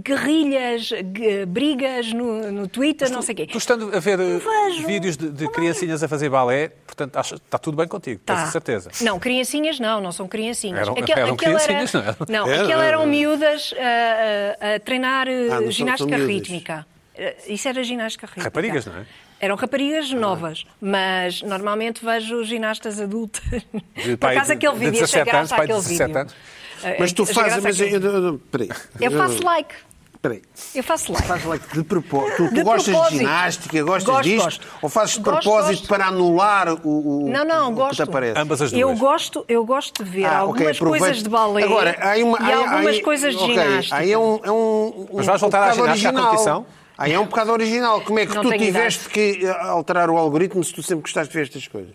Speaker 6: guerrilhas, gue- brigas no, no Twitter, não sei o quê.
Speaker 1: Tu estando a ver eh,
Speaker 6: vejo.
Speaker 1: vídeos de, de
Speaker 6: Não
Speaker 1: criancinhas a fazer balé, portanto, acho- está tudo bem contigo,
Speaker 6: Tá.
Speaker 1: tens é a certeza.
Speaker 6: Não, criancinhas não, não são criancinhas.
Speaker 1: Eram-
Speaker 6: Aquele-
Speaker 1: eram
Speaker 6: aquele era-
Speaker 1: criancinhas, não eram?
Speaker 6: Não,
Speaker 2: Era,
Speaker 6: aquele
Speaker 2: era. Ah,
Speaker 6: eram miúdas a, a- a treinar eh,
Speaker 2: não são-
Speaker 6: ginástica
Speaker 2: são miúdas.
Speaker 6: rítmica. Eh, Isso era ginástica rítmica.
Speaker 1: Raparigas, não é? Ah.
Speaker 6: Eram raparigas novas, mas normalmente vejo ginastas adultas.
Speaker 1: De
Speaker 6: Por
Speaker 1: pai
Speaker 6: acaso
Speaker 1: de-
Speaker 6: aquele
Speaker 1: de
Speaker 6: vídeo,
Speaker 1: 17
Speaker 6: achei graça
Speaker 1: anos, pai de
Speaker 6: àquele
Speaker 1: 17
Speaker 6: vídeo.
Speaker 1: anos.
Speaker 6: Eh,
Speaker 2: Mas tu
Speaker 6: achei
Speaker 2: fazes.
Speaker 6: graça
Speaker 2: Mas eu,
Speaker 6: àquele-
Speaker 2: eu- eu- peraí.
Speaker 6: Eu faço like,
Speaker 2: Peraí.
Speaker 6: eu faço like.
Speaker 2: Faz like de propósito. Tu, tu
Speaker 6: De
Speaker 2: gostas de
Speaker 6: propósito.
Speaker 2: ginástica, gostas
Speaker 6: Gosto,
Speaker 2: disto?
Speaker 6: gosto.
Speaker 2: Ou fazes de
Speaker 6: Gosto,
Speaker 2: propósito
Speaker 6: gosto.
Speaker 2: para anular o, o,
Speaker 6: Não,
Speaker 2: o um
Speaker 6: não,
Speaker 2: que te
Speaker 6: gosto.
Speaker 2: aparece?
Speaker 1: Ambas as duas.
Speaker 6: Eu gosto, eu gosto de ver
Speaker 2: Ah, ok,
Speaker 6: algumas
Speaker 2: aproveita.
Speaker 6: coisas de balé
Speaker 2: Agora, há uma-
Speaker 6: e
Speaker 2: há- há-
Speaker 6: algumas coisas de
Speaker 2: ok,
Speaker 6: ginástica.
Speaker 2: Aí é um, é um,
Speaker 1: Mas vais voltar à
Speaker 2: bocado
Speaker 1: ginástica, à
Speaker 2: original.
Speaker 1: competição?
Speaker 2: Aí é um bocado original. Como é que
Speaker 6: Não
Speaker 2: tu
Speaker 6: tenho
Speaker 2: tiveste que eh, alterar o algoritmo se tu sempre gostaste de ver estas coisas?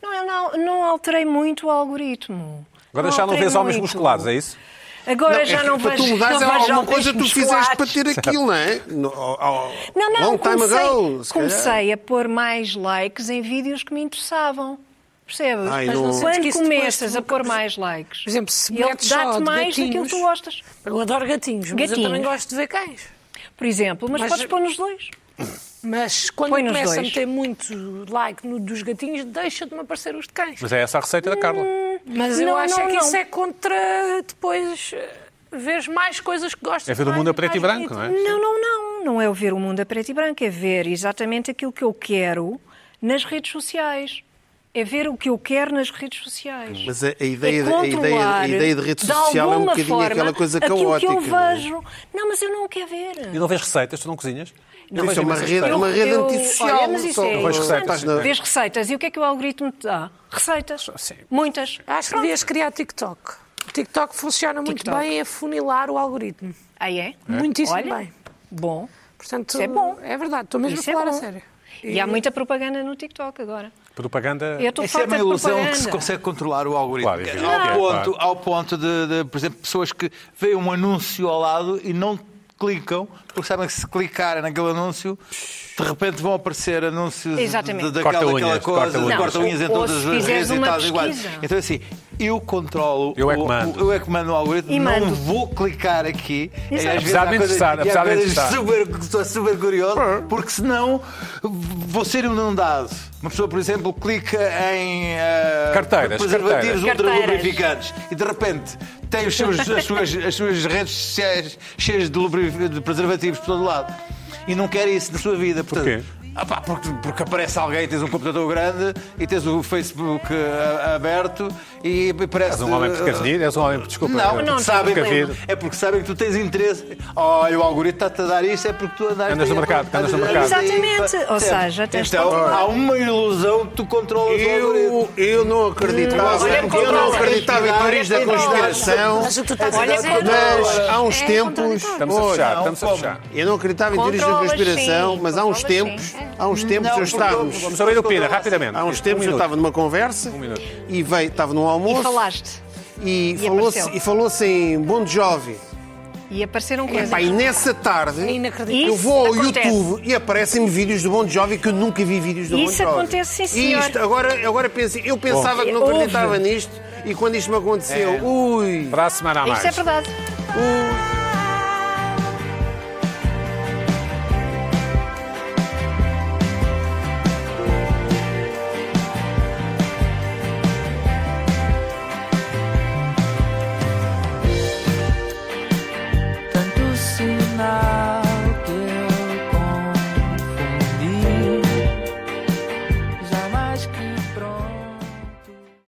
Speaker 6: Não, eu não, não alterei muito o algoritmo.
Speaker 1: Agora já não
Speaker 6: alterei
Speaker 1: vês homens
Speaker 6: muito.
Speaker 1: musculados, é isso?
Speaker 6: Agora
Speaker 2: é
Speaker 6: já
Speaker 2: que
Speaker 6: não
Speaker 2: para
Speaker 6: vejo.
Speaker 2: tu mudares
Speaker 6: não
Speaker 2: é
Speaker 6: vejo
Speaker 2: alguma
Speaker 6: homens
Speaker 2: coisa que tu fizeste para
Speaker 6: musculados.
Speaker 2: ter aquilo, não é? No- ao- ao-
Speaker 6: Não, não,
Speaker 2: long time
Speaker 6: comecei,
Speaker 2: ago, se calhar.
Speaker 6: comecei a pôr mais likes em vídeos que me interessavam. Percebes?
Speaker 2: Ai, Mas não não- sentes
Speaker 5: que
Speaker 6: Quando
Speaker 5: isso depois
Speaker 6: começas
Speaker 5: te-
Speaker 6: a pôr mais likes,
Speaker 5: Por exemplo, se
Speaker 6: ele
Speaker 5: metes só
Speaker 6: dá-te
Speaker 5: de
Speaker 6: mais daquilo que tu
Speaker 5: gatinhos.
Speaker 6: gostas.
Speaker 5: Eu adoro gatinhos, mas eu
Speaker 6: Gatinhos.
Speaker 5: também gosto de ver cães.
Speaker 6: Por exemplo, mas,
Speaker 5: Mas-
Speaker 6: podes pôr nos dois.
Speaker 5: Mas quando
Speaker 6: Põe nos
Speaker 5: começa a
Speaker 6: dois.
Speaker 5: meter muito like no dos gatinhos, deixa de me aparecer os de cães.
Speaker 1: Mas é essa a receita da Carla.
Speaker 5: Mas eu
Speaker 6: Não,
Speaker 5: acho
Speaker 6: não,
Speaker 5: é que
Speaker 6: não.
Speaker 5: isso é contra depois eh, veres mais coisas que gostas.
Speaker 1: É ver o
Speaker 5: mais
Speaker 1: mundo a
Speaker 5: e
Speaker 1: preto
Speaker 5: mais
Speaker 1: e branco,
Speaker 5: bonito.
Speaker 1: não é?
Speaker 6: Não, não, não. Não é o ver o mundo a preto e branco, é ver exatamente aquilo que eu quero nas redes sociais. É ver o que eu quero nas redes sociais.
Speaker 2: Mas a- a ideia
Speaker 6: é
Speaker 2: de- a ideia de- a
Speaker 6: controlar,
Speaker 2: ideia de rede social é um
Speaker 6: alguma
Speaker 2: bocadinho
Speaker 6: forma,
Speaker 2: aquela coisa
Speaker 6: aquilo que eu
Speaker 2: caótica, não é?
Speaker 6: vejo. Não, mas eu não quero ver.
Speaker 1: E não vês receitas, tu não cozinhas?
Speaker 2: Não, isso é uma rede,
Speaker 6: Eu-
Speaker 2: uma rede
Speaker 6: eu-
Speaker 2: antissocial.
Speaker 6: Olha, mas isso
Speaker 2: só.
Speaker 6: é
Speaker 1: Não vejo
Speaker 6: interessante.
Speaker 1: receitas, não é?
Speaker 6: Vês receitas. E o que é que o algoritmo te dá? Receitas.
Speaker 1: Sim.
Speaker 6: Muitas.
Speaker 1: é?
Speaker 5: Acho que devias criar TikTok. O TikTok funciona muito
Speaker 6: TikTok.
Speaker 5: bem a funilar o algoritmo.
Speaker 6: Aí é?
Speaker 5: Muitíssimo
Speaker 6: Olha,
Speaker 5: bem.
Speaker 6: Bom.
Speaker 5: Portanto,
Speaker 6: Isso é bom.
Speaker 5: É verdade, estou mesmo
Speaker 6: Isso
Speaker 5: a
Speaker 6: é
Speaker 5: falar a
Speaker 6: bom.
Speaker 5: sério.
Speaker 6: E há muita propaganda no TikTok agora.
Speaker 1: Propaganda.
Speaker 6: Eu estou
Speaker 4: Essa é
Speaker 6: farta
Speaker 4: uma
Speaker 6: de
Speaker 4: ilusão
Speaker 6: propaganda.
Speaker 4: que se consegue controlar o algoritmo.
Speaker 1: Claro, é evidente.
Speaker 4: ao,
Speaker 1: Não.
Speaker 4: ponto,
Speaker 1: Claro.
Speaker 4: ao ponto de, de, por exemplo, pessoas que veem um anúncio ao lado e não clicam, porque sabem que se clicarem naquele anúncio, de repente vão aparecer anúncios de-
Speaker 6: Exatamente.
Speaker 4: de- daquela,
Speaker 1: Corta-unhas,
Speaker 4: daquela coisa,
Speaker 1: corta-unhas.
Speaker 4: de corta-unhas
Speaker 6: Não,
Speaker 4: em
Speaker 6: ou
Speaker 4: todas
Speaker 6: se
Speaker 4: as
Speaker 6: fizeres
Speaker 4: redes e
Speaker 6: uma
Speaker 4: tal, iguais.
Speaker 6: pesquisa.
Speaker 4: Então, assim, eu controlo.
Speaker 1: Eu é que
Speaker 4: o-
Speaker 1: mando.
Speaker 4: o- eu é que mando o algoritmo.
Speaker 6: E
Speaker 4: Não
Speaker 6: mando.
Speaker 4: vou clicar aqui. E às vezes
Speaker 1: Apesar
Speaker 4: há
Speaker 1: de me
Speaker 4: coisas-
Speaker 1: interessar,
Speaker 4: e há
Speaker 1: apesar de me
Speaker 4: coisas
Speaker 1: interessar.
Speaker 4: super, estou super curioso, porque senão vou ser inundado. Uma pessoa, por exemplo, clica em eh,
Speaker 1: Carteiras, carteiras.
Speaker 4: preservativos ultra
Speaker 6: Carteiras.
Speaker 4: lubrificantes e de repente tem os seus- as, suas, as suas redes sociais cheias de, lubri- de preservativos por todo lado e não quer isso na sua vida. Portanto,
Speaker 1: Porquê?
Speaker 4: ah pá, porque, porque aparece alguém, tens um computador grande e tens o Facebook eh, aberto e parece.
Speaker 1: És
Speaker 4: eh,
Speaker 1: um homem pequenino, és um homem. Desculpa.
Speaker 4: Não,
Speaker 1: eu-
Speaker 4: não,
Speaker 1: tu
Speaker 4: sabem.
Speaker 1: nunca vi.
Speaker 4: É porque sabem que tu tens interesse. Oh, Olha, o algoritmo está-te a dar isso, é porque tu andaste.
Speaker 1: Andas no
Speaker 4: aí a-
Speaker 1: mercado, andas no
Speaker 4: a- a-
Speaker 1: mercado.
Speaker 6: Exatamente. Ou
Speaker 4: Percebes?
Speaker 6: seja, tens um de
Speaker 4: então,
Speaker 6: controlar.
Speaker 4: há uma ilusão que tu controlas o algoritmo.
Speaker 2: Eu, eu não acreditava,
Speaker 4: Olha,
Speaker 2: eu não
Speaker 4: controla.
Speaker 2: acreditava em teorias da
Speaker 4: Controla.
Speaker 2: conspiração,
Speaker 5: Mas o que tu é estás a
Speaker 6: Olha,
Speaker 5: dizer
Speaker 2: mas há uns
Speaker 6: É
Speaker 2: tempos.
Speaker 6: contraditório.
Speaker 1: Estamos a
Speaker 2: Olha,
Speaker 1: fechar, estamos a
Speaker 4: como?
Speaker 1: fechar.
Speaker 2: Eu não acreditava em teorias da
Speaker 6: Controlas,
Speaker 2: conspiração,
Speaker 6: sim,
Speaker 2: mas há uns
Speaker 6: controlas,
Speaker 2: tempos,
Speaker 6: sim.
Speaker 2: há uns tempos
Speaker 4: Não,
Speaker 2: eu estava.
Speaker 4: porque-
Speaker 1: Vamos ouvir o Pina, rapidamente.
Speaker 2: Há uns tempos eu
Speaker 1: Um minuto. Um
Speaker 2: estava numa conversa
Speaker 1: minuto.
Speaker 2: e veio, estava num almoço
Speaker 6: E falaste.
Speaker 2: e
Speaker 6: e
Speaker 2: falou-se
Speaker 6: apareceu.
Speaker 2: e falou-se em Bon Jovi.
Speaker 6: E apareceram coisas.
Speaker 2: Epá, e nessa tarde
Speaker 5: É inacreditável.
Speaker 2: É eu vou ao
Speaker 6: Isso acontece.
Speaker 2: YouTube e aparecem-me vídeos do Bon Jovi que eu nunca vi vídeos do
Speaker 6: Isso
Speaker 2: Bon Jovi.
Speaker 6: acontece, sim,
Speaker 2: E
Speaker 6: senhor.
Speaker 2: isto, agora, agora pensei, eu pensava que não
Speaker 6: Houve.
Speaker 2: acreditava nisto e quando isto me aconteceu, ui,
Speaker 1: Para a semana a mais.
Speaker 6: Isto é verdade.
Speaker 2: ui.